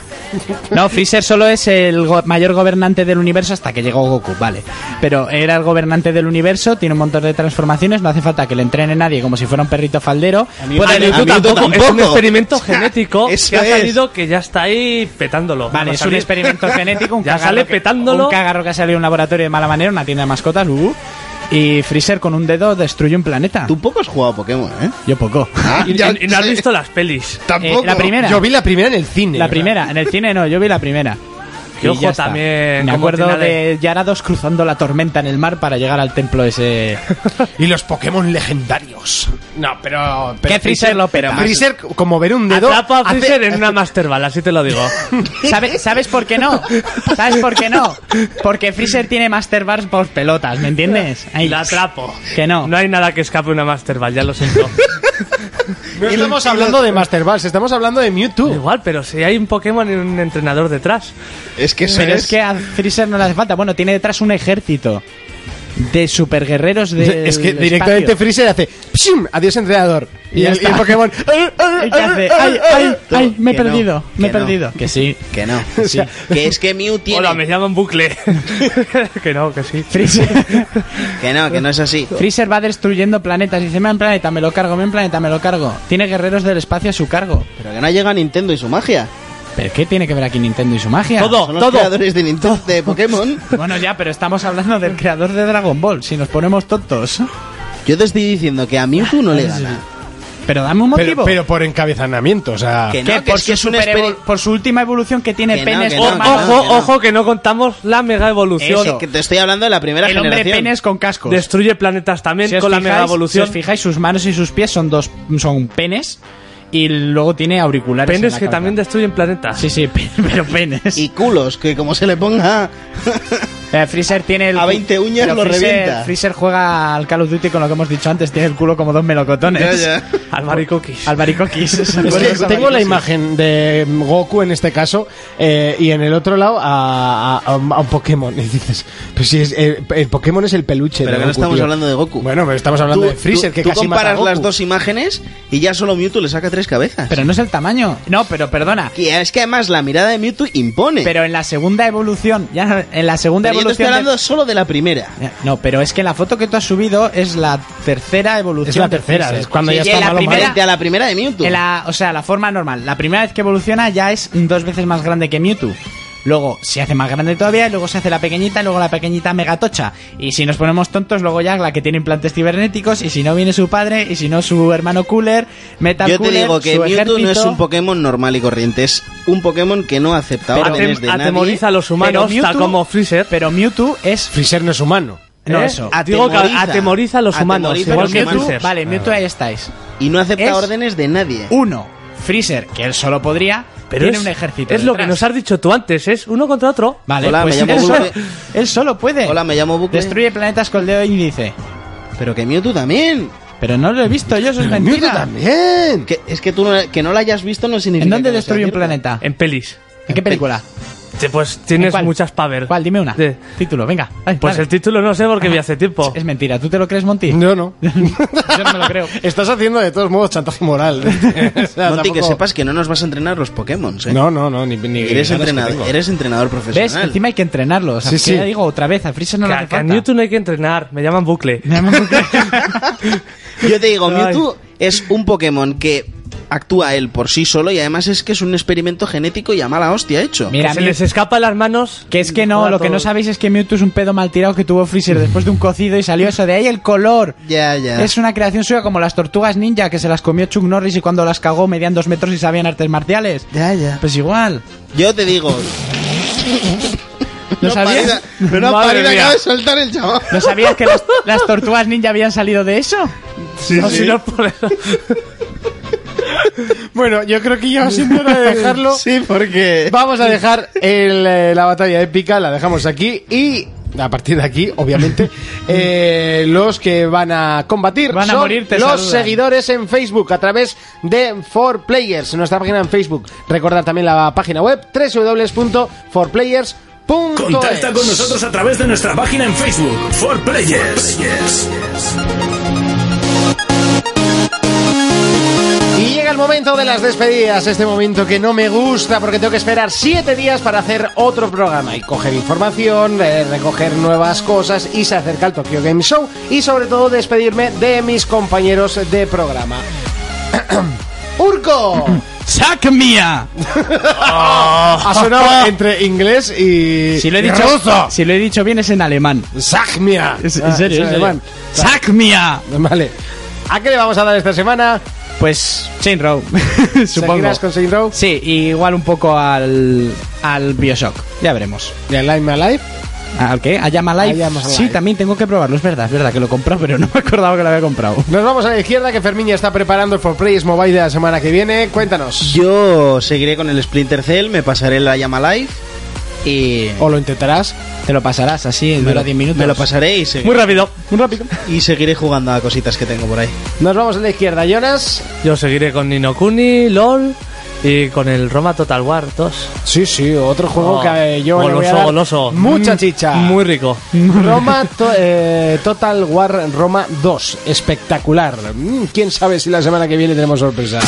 Speaker 4: No, Freezer solo es el go- mayor gobernante del universo hasta que llegó Goku, vale. Pero era el gobernante del universo, tiene un montón de transformaciones, no hace falta que le entrene nadie como si fuera un perrito faldero. Puede-
Speaker 6: A Mewtwo
Speaker 5: a Mewtwo
Speaker 6: tampoco, Es un
Speaker 5: tampoco.
Speaker 6: experimento genético
Speaker 5: Eso
Speaker 6: que ha
Speaker 5: es.
Speaker 6: salido que ya está ahí petándolo.
Speaker 4: Vale,
Speaker 6: Va a
Speaker 4: es un
Speaker 6: salir.
Speaker 4: experimento genético, un
Speaker 6: Ya
Speaker 4: cagarro,
Speaker 6: sale
Speaker 4: que,
Speaker 6: petándolo.
Speaker 4: un cagarro que ha salido de un laboratorio de mala manera, una tienda de mascotas, uh, y Freezer con un dedo destruye un planeta.
Speaker 5: Tú poco has jugado a Pokémon, ¿eh?
Speaker 4: Yo poco.
Speaker 6: Y, y- y no has visto las pelis.
Speaker 4: Eh, la primera.
Speaker 2: Yo vi la primera en el cine.
Speaker 4: La
Speaker 2: ¿verdad?
Speaker 4: primera, en el cine no, yo vi la primera.
Speaker 6: Que
Speaker 4: Y
Speaker 6: ojo
Speaker 4: ya está. Me
Speaker 6: también, cómo
Speaker 4: acuerdo
Speaker 6: tiene de-
Speaker 4: de Yarados cruzando la tormenta en el mar para llegar al templo ese.
Speaker 2: Y los Pokémon legendarios. No, pero. pero
Speaker 4: Que Freezer lo peta.
Speaker 2: Freezer, como ver un dedo.
Speaker 6: Atrapa a
Speaker 2: hace-
Speaker 6: Freezer en una Master Ball, así te lo digo.
Speaker 4: ¿Sabe- ¿Sabes por qué no? ¿Sabes por qué no? Porque Freezer tiene Master Bars por pelotas, ¿me entiendes? Ahí.
Speaker 6: La atrapo.
Speaker 4: Que no.
Speaker 6: No hay nada que escape una Master Ball, ya lo siento.
Speaker 2: No estamos hablando de Master Balls, estamos hablando de Mewtwo.
Speaker 6: Igual, pero si hay un Pokémon y un entrenador detrás.
Speaker 5: Es que eso
Speaker 4: Pero es que a Freezer no le hace falta. Bueno, tiene detrás un ejército de superguerreros de.
Speaker 2: es que directamente Freezer hace. "Pshim, Adiós, entrenador.
Speaker 4: Y
Speaker 2: Y,
Speaker 4: ya
Speaker 2: el, y el
Speaker 4: está.
Speaker 2: Pokémon. "Ar, ar,
Speaker 4: Ay, ¿qué hace?
Speaker 2: ar,
Speaker 4: Ay,
Speaker 2: ar,
Speaker 4: ay,
Speaker 5: Tú,
Speaker 4: ay, me he
Speaker 5: que no,
Speaker 4: perdido, me he
Speaker 5: que no.
Speaker 4: perdido. Que sí.
Speaker 5: Que no. Que es que Mew tiene.
Speaker 6: Hola, me llaman Bucle. que no, que sí.
Speaker 4: Freezer,
Speaker 5: Que no, que no es así.
Speaker 4: Freezer va destruyendo planetas. Dice: Me en planeta, me lo cargo, me en planeta, me lo cargo. Tiene guerreros del espacio a su cargo.
Speaker 5: Pero que no llega Nintendo y su magia.
Speaker 4: ¿Pero qué tiene que ver aquí Nintendo y su magia?
Speaker 5: Son los creadores de Nintendo de Pokémon.
Speaker 4: Bueno, ya, pero estamos hablando del creador de Dragon Ball. Si nos ponemos tontos.
Speaker 5: Yo te estoy diciendo que a Mewtwo no le gana.
Speaker 4: Pero dame un
Speaker 2: Pero,
Speaker 4: motivo.
Speaker 2: pero por encabezamiento, o sea.
Speaker 5: Que no,
Speaker 4: ¿Qué?
Speaker 5: que
Speaker 4: por,
Speaker 5: es que es
Speaker 4: su
Speaker 5: una
Speaker 4: super
Speaker 5: experi-
Speaker 4: evol- por su última evolución que tiene
Speaker 5: Que no,
Speaker 4: penes
Speaker 5: que
Speaker 4: con
Speaker 5: no, que no,
Speaker 4: manos.
Speaker 5: que
Speaker 6: Ojo, ojo, que no contamos la mega evolución.
Speaker 4: Eso.
Speaker 5: Que te estoy hablando de la primera
Speaker 4: El hombre
Speaker 5: generación.
Speaker 4: penes con cascos.
Speaker 6: Destruye planetas también
Speaker 4: Si os
Speaker 6: con la
Speaker 4: fijáis-
Speaker 6: mega evolución.
Speaker 4: Si os fijáis, sus manos y sus pies son dos son penes y luego tiene auriculares. en
Speaker 6: Penes
Speaker 4: la
Speaker 6: que
Speaker 4: cabeza.
Speaker 6: también destruyen planetas.
Speaker 4: Sí, sí, pe- pero penes.
Speaker 5: Y culos, que como se le ponga.
Speaker 4: Eh, Freezer tiene el.
Speaker 5: A 20 uñas
Speaker 4: pero
Speaker 5: lo
Speaker 4: Freezer-
Speaker 5: revienta.
Speaker 4: Freezer juega al Call of Duty con lo que hemos dicho antes, tiene el culo como dos melocotones.
Speaker 5: Ya, ya.
Speaker 6: Albaricoquis.
Speaker 4: Albaricoquis.
Speaker 2: Es que
Speaker 4: Albaricoquis.
Speaker 2: tengo la imagen de Goku en este caso eh, y en el otro lado a, a- a un a un Pokémon. Y dices, pues si es, eh, el Pokémon es el peluche. de
Speaker 5: Pero que no
Speaker 2: Goku,
Speaker 5: estamos
Speaker 2: tío.
Speaker 5: hablando de Goku.
Speaker 2: Bueno, pero estamos hablando de Freezer, que
Speaker 5: tú
Speaker 2: casi mata a
Speaker 5: comparas
Speaker 2: Goku.
Speaker 5: las dos imágenes y ya solo Mewtwo le saca tres cabezas.
Speaker 4: Pero no es el tamaño. No, pero perdona.
Speaker 5: Y es que además la mirada de Mewtwo impone.
Speaker 4: Pero en la segunda evolución, ya en la segunda
Speaker 5: Pero yo te estoy
Speaker 4: evolución. de-
Speaker 5: hablando solo de la primera.
Speaker 4: No, pero es que la foto que tú has subido es la tercera evolución.
Speaker 2: Es la
Speaker 4: de
Speaker 2: tercera,
Speaker 4: Freezer.
Speaker 2: es cuando
Speaker 4: Sí,
Speaker 2: ya
Speaker 4: y
Speaker 2: está
Speaker 4: en la
Speaker 2: malo,
Speaker 4: primera,
Speaker 5: Frente a la primera de Mewtwo.
Speaker 4: en la- o sea, la forma normal. La primera vez que evoluciona ya es dos veces más grande que Mewtwo. Luego se hace más grande todavía, y luego se hace la pequeñita, y luego la pequeñita megatocha. Y si nos ponemos tontos, luego ya la que tiene implantes cibernéticos, y si no viene su padre, y si no su hermano Cooler, Metal
Speaker 5: Yo te
Speaker 4: Cooler,
Speaker 5: digo que
Speaker 4: su
Speaker 5: Mewtwo no es
Speaker 4: ejército.
Speaker 5: un Pokémon normal y corriente, es un Pokémon que no acepta
Speaker 6: Pero
Speaker 5: órdenes de
Speaker 6: atem-
Speaker 5: nadie.
Speaker 6: atemoriza a los humanos,
Speaker 4: Pero Mewtwo-
Speaker 6: tal como Freezer.
Speaker 4: Pero Mewtwo es
Speaker 2: Freezer no es humano.
Speaker 4: No,
Speaker 6: ¿Eh?
Speaker 4: eso.
Speaker 6: Digo que
Speaker 5: Atemoriza.
Speaker 6: atemoriza a los humanos,
Speaker 5: Atemoriza
Speaker 6: igual
Speaker 5: a los
Speaker 6: que
Speaker 5: humanos.
Speaker 6: Freezer.
Speaker 4: Vale, Mewtwo ahí estáis.
Speaker 5: Y no acepta
Speaker 4: Es-
Speaker 5: órdenes de nadie.
Speaker 4: Uno, Freezer, que él solo podría,
Speaker 6: Pero
Speaker 4: tiene
Speaker 6: es,
Speaker 4: un ejército.
Speaker 6: Es lo que
Speaker 4: detrás.
Speaker 6: nos has dicho tú antes, es uno contra otro.
Speaker 4: Vale,
Speaker 5: Hola,
Speaker 4: pues
Speaker 5: me llamo
Speaker 4: él, solo,
Speaker 5: Bucle.
Speaker 4: él solo puede.
Speaker 5: Hola, me llamo Bucle.
Speaker 4: Destruye planetas con el dedo índice.
Speaker 5: Pero que Mewtwo también.
Speaker 4: Pero no lo he visto yo, eso es mentira.
Speaker 2: Mewtwo también.
Speaker 5: Que- es que tú no, que no lo hayas visto no significa.
Speaker 4: ¿En dónde
Speaker 5: que no sea
Speaker 4: destruye un
Speaker 5: cierto.
Speaker 4: planeta? ¿En,
Speaker 6: En pelis.
Speaker 4: qué película?
Speaker 6: Te- Pues tienes
Speaker 4: cuál?
Speaker 6: muchas para ver.
Speaker 4: ¿Cuál? Dime una.
Speaker 6: De-
Speaker 4: Título, venga. Ay,
Speaker 6: Pues
Speaker 4: dale.
Speaker 6: el título no sé porque vi hace tiempo.
Speaker 4: Es mentira, ¿tú te lo crees, Monty?
Speaker 2: Yo no.
Speaker 4: Yo no me lo creo.
Speaker 2: Estás haciendo de todos modos chantaje moral. O sea,
Speaker 5: Monty, que
Speaker 2: tampoco-
Speaker 5: sepas que no nos vas a entrenar los Pokémon. ¿eh?
Speaker 2: No, no, no, ni, ni
Speaker 5: Eres
Speaker 2: ganas que
Speaker 5: entrenador,
Speaker 2: tengo.
Speaker 5: eres entrenador profesional.
Speaker 4: ¿Ves? Encima hay que entrenarlo. O sea,
Speaker 2: Sí,
Speaker 4: que
Speaker 2: sí.
Speaker 4: ya digo otra vez, a Freezer no
Speaker 6: Que
Speaker 4: le
Speaker 6: a-
Speaker 4: hace
Speaker 6: que a
Speaker 4: falta.
Speaker 6: Newton hay que entrenar, me llaman bucle.
Speaker 4: Me llamo Bucle.
Speaker 5: Yo te digo, Mewtwo es un Pokémon que actúa él por sí solo y además es que es un experimento genético y a mala hostia hecho.
Speaker 4: Mira,
Speaker 6: Que se
Speaker 4: Mew-
Speaker 6: les escapa las manos.
Speaker 4: Que es que no,
Speaker 6: Joder,
Speaker 4: lo que no
Speaker 6: todo.
Speaker 4: sabéis es que Mewtwo es un pedo mal tirado que tuvo Freezer después de un cocido y salió eso. De ahí el color.
Speaker 5: Ya, ya.
Speaker 4: Es una creación suya como las tortugas ninja que se las comió Chuck Norris y cuando las cagó medían dos metros y sabían artes marciales.
Speaker 5: Ya, ya.
Speaker 4: Pues igual.
Speaker 5: Yo te digo.
Speaker 4: ¿Lo sabías?
Speaker 5: parida- Pero
Speaker 6: Madre
Speaker 5: parida
Speaker 6: mía.
Speaker 5: acaba de soltar el chaval.
Speaker 4: ¿No sabías que las, las tortugas ninja habían salido de eso?
Speaker 6: No, si no, por eso.
Speaker 2: Bueno, yo creo que ya va siendo hora de dejarlo.
Speaker 5: Sí, porque.
Speaker 2: Vamos a dejar el, eh, la batalla épica, la dejamos aquí y a partir de aquí, obviamente, eh, los que van a combatir
Speaker 4: Van a
Speaker 2: son
Speaker 4: morir, te
Speaker 2: los
Speaker 4: saludan.
Speaker 2: seguidores en Facebook a través de 4Players, nuestra página en Facebook. Recordad también la página web www.forplayers.es.
Speaker 1: Contacta con nosotros a través de nuestra página en Facebook, For Players.
Speaker 2: Y llega el momento de las despedidas, este momento que no me gusta porque tengo que esperar siete días para hacer otro programa y coger información, eh, recoger nuevas cosas y se acerca el Tokyo Game Show y sobre todo despedirme de mis compañeros de programa. ¡Urco!
Speaker 4: ¡Sac mía!
Speaker 2: Ha sonado entre inglés y...
Speaker 4: Si lo he dicho, si lo he dicho bien es en alemán.
Speaker 2: ¡Sagmia!
Speaker 4: Es- en serio, en serio.
Speaker 2: Ah, alemán.
Speaker 4: ¡Sac mía!
Speaker 2: Vale. ¿A qué le vamos a dar esta semana?
Speaker 4: Pues Chain Row, supongo.
Speaker 2: ¿Seguirás con Saints Row?
Speaker 4: Sí, igual un poco al, al Bioshock. Ya veremos.
Speaker 2: ¿De Alive My Life?
Speaker 4: Ah, ¿Al qué? ¿A Llama
Speaker 2: A
Speaker 4: Live?
Speaker 2: Llama
Speaker 4: Sí,
Speaker 2: Live.
Speaker 4: también tengo que probarlo, es verdad, es verdad que lo he comprado, pero no me acordaba que lo había comprado.
Speaker 2: Nos vamos a la izquierda que Fermín ya está preparando el For Players Mobile de la semana que viene. Cuéntanos.
Speaker 5: Yo seguiré con el Splinter Cell, me pasaré la llama live y.
Speaker 2: O lo intentarás.
Speaker 4: Te lo pasarás así,
Speaker 5: me
Speaker 4: dura
Speaker 5: lo-
Speaker 4: 10 minutos.
Speaker 5: Me lo pasaré y,
Speaker 6: Muy
Speaker 5: seguiré,
Speaker 6: rápido.
Speaker 2: Un rápido.
Speaker 5: y seguiré jugando a cositas que tengo por ahí.
Speaker 2: Nos vamos a la izquierda, Jonas.
Speaker 6: Yo seguiré con Ninokuni, LOL y con el Roma Total War 2.
Speaker 2: Sí, sí, otro juego
Speaker 6: Oh,
Speaker 2: que eh, yo le voy a
Speaker 6: goloso,
Speaker 2: dar
Speaker 6: goloso.
Speaker 2: mucha
Speaker 6: Mm,
Speaker 2: chicha.
Speaker 6: Muy rico.
Speaker 2: Roma to- eh, Total War Roma 2. Espectacular. Mm, ¿Quién sabe si la semana que viene tenemos sorpresa?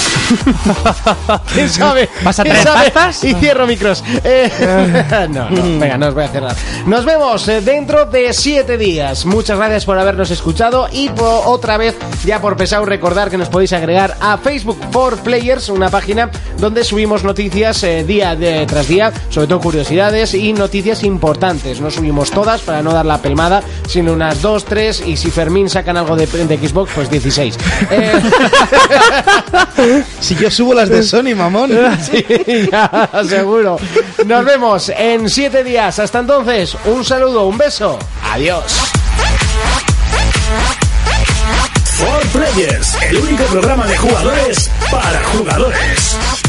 Speaker 2: ¿Quién sabe?
Speaker 4: ¿Vas a
Speaker 2: ¿Quién
Speaker 4: traer
Speaker 2: sabe?
Speaker 4: pastas? Ah.
Speaker 2: Y cierro micros. Eh, no, no, venga, no os voy a cerrar. Nos vemos eh, dentro de siete días. Muchas gracias por habernos escuchado y por, otra vez, ya por pesado, recordar que nos podéis agregar a Facebook for Players, una página donde donde subimos noticias eh, día de- tras día, sobre todo curiosidades y noticias importantes. No subimos todas para no dar la pelmada, sino unas dos, tres y si Fermín sacan algo de, de Xbox, pues 16. Eh,
Speaker 4: Si yo subo las de Sony, mamón.
Speaker 2: sí, ya, seguro. Nos vemos en siete días. Hasta entonces, un saludo, un beso. Adiós.
Speaker 1: For Players, el único programa de jugadores para jugadores.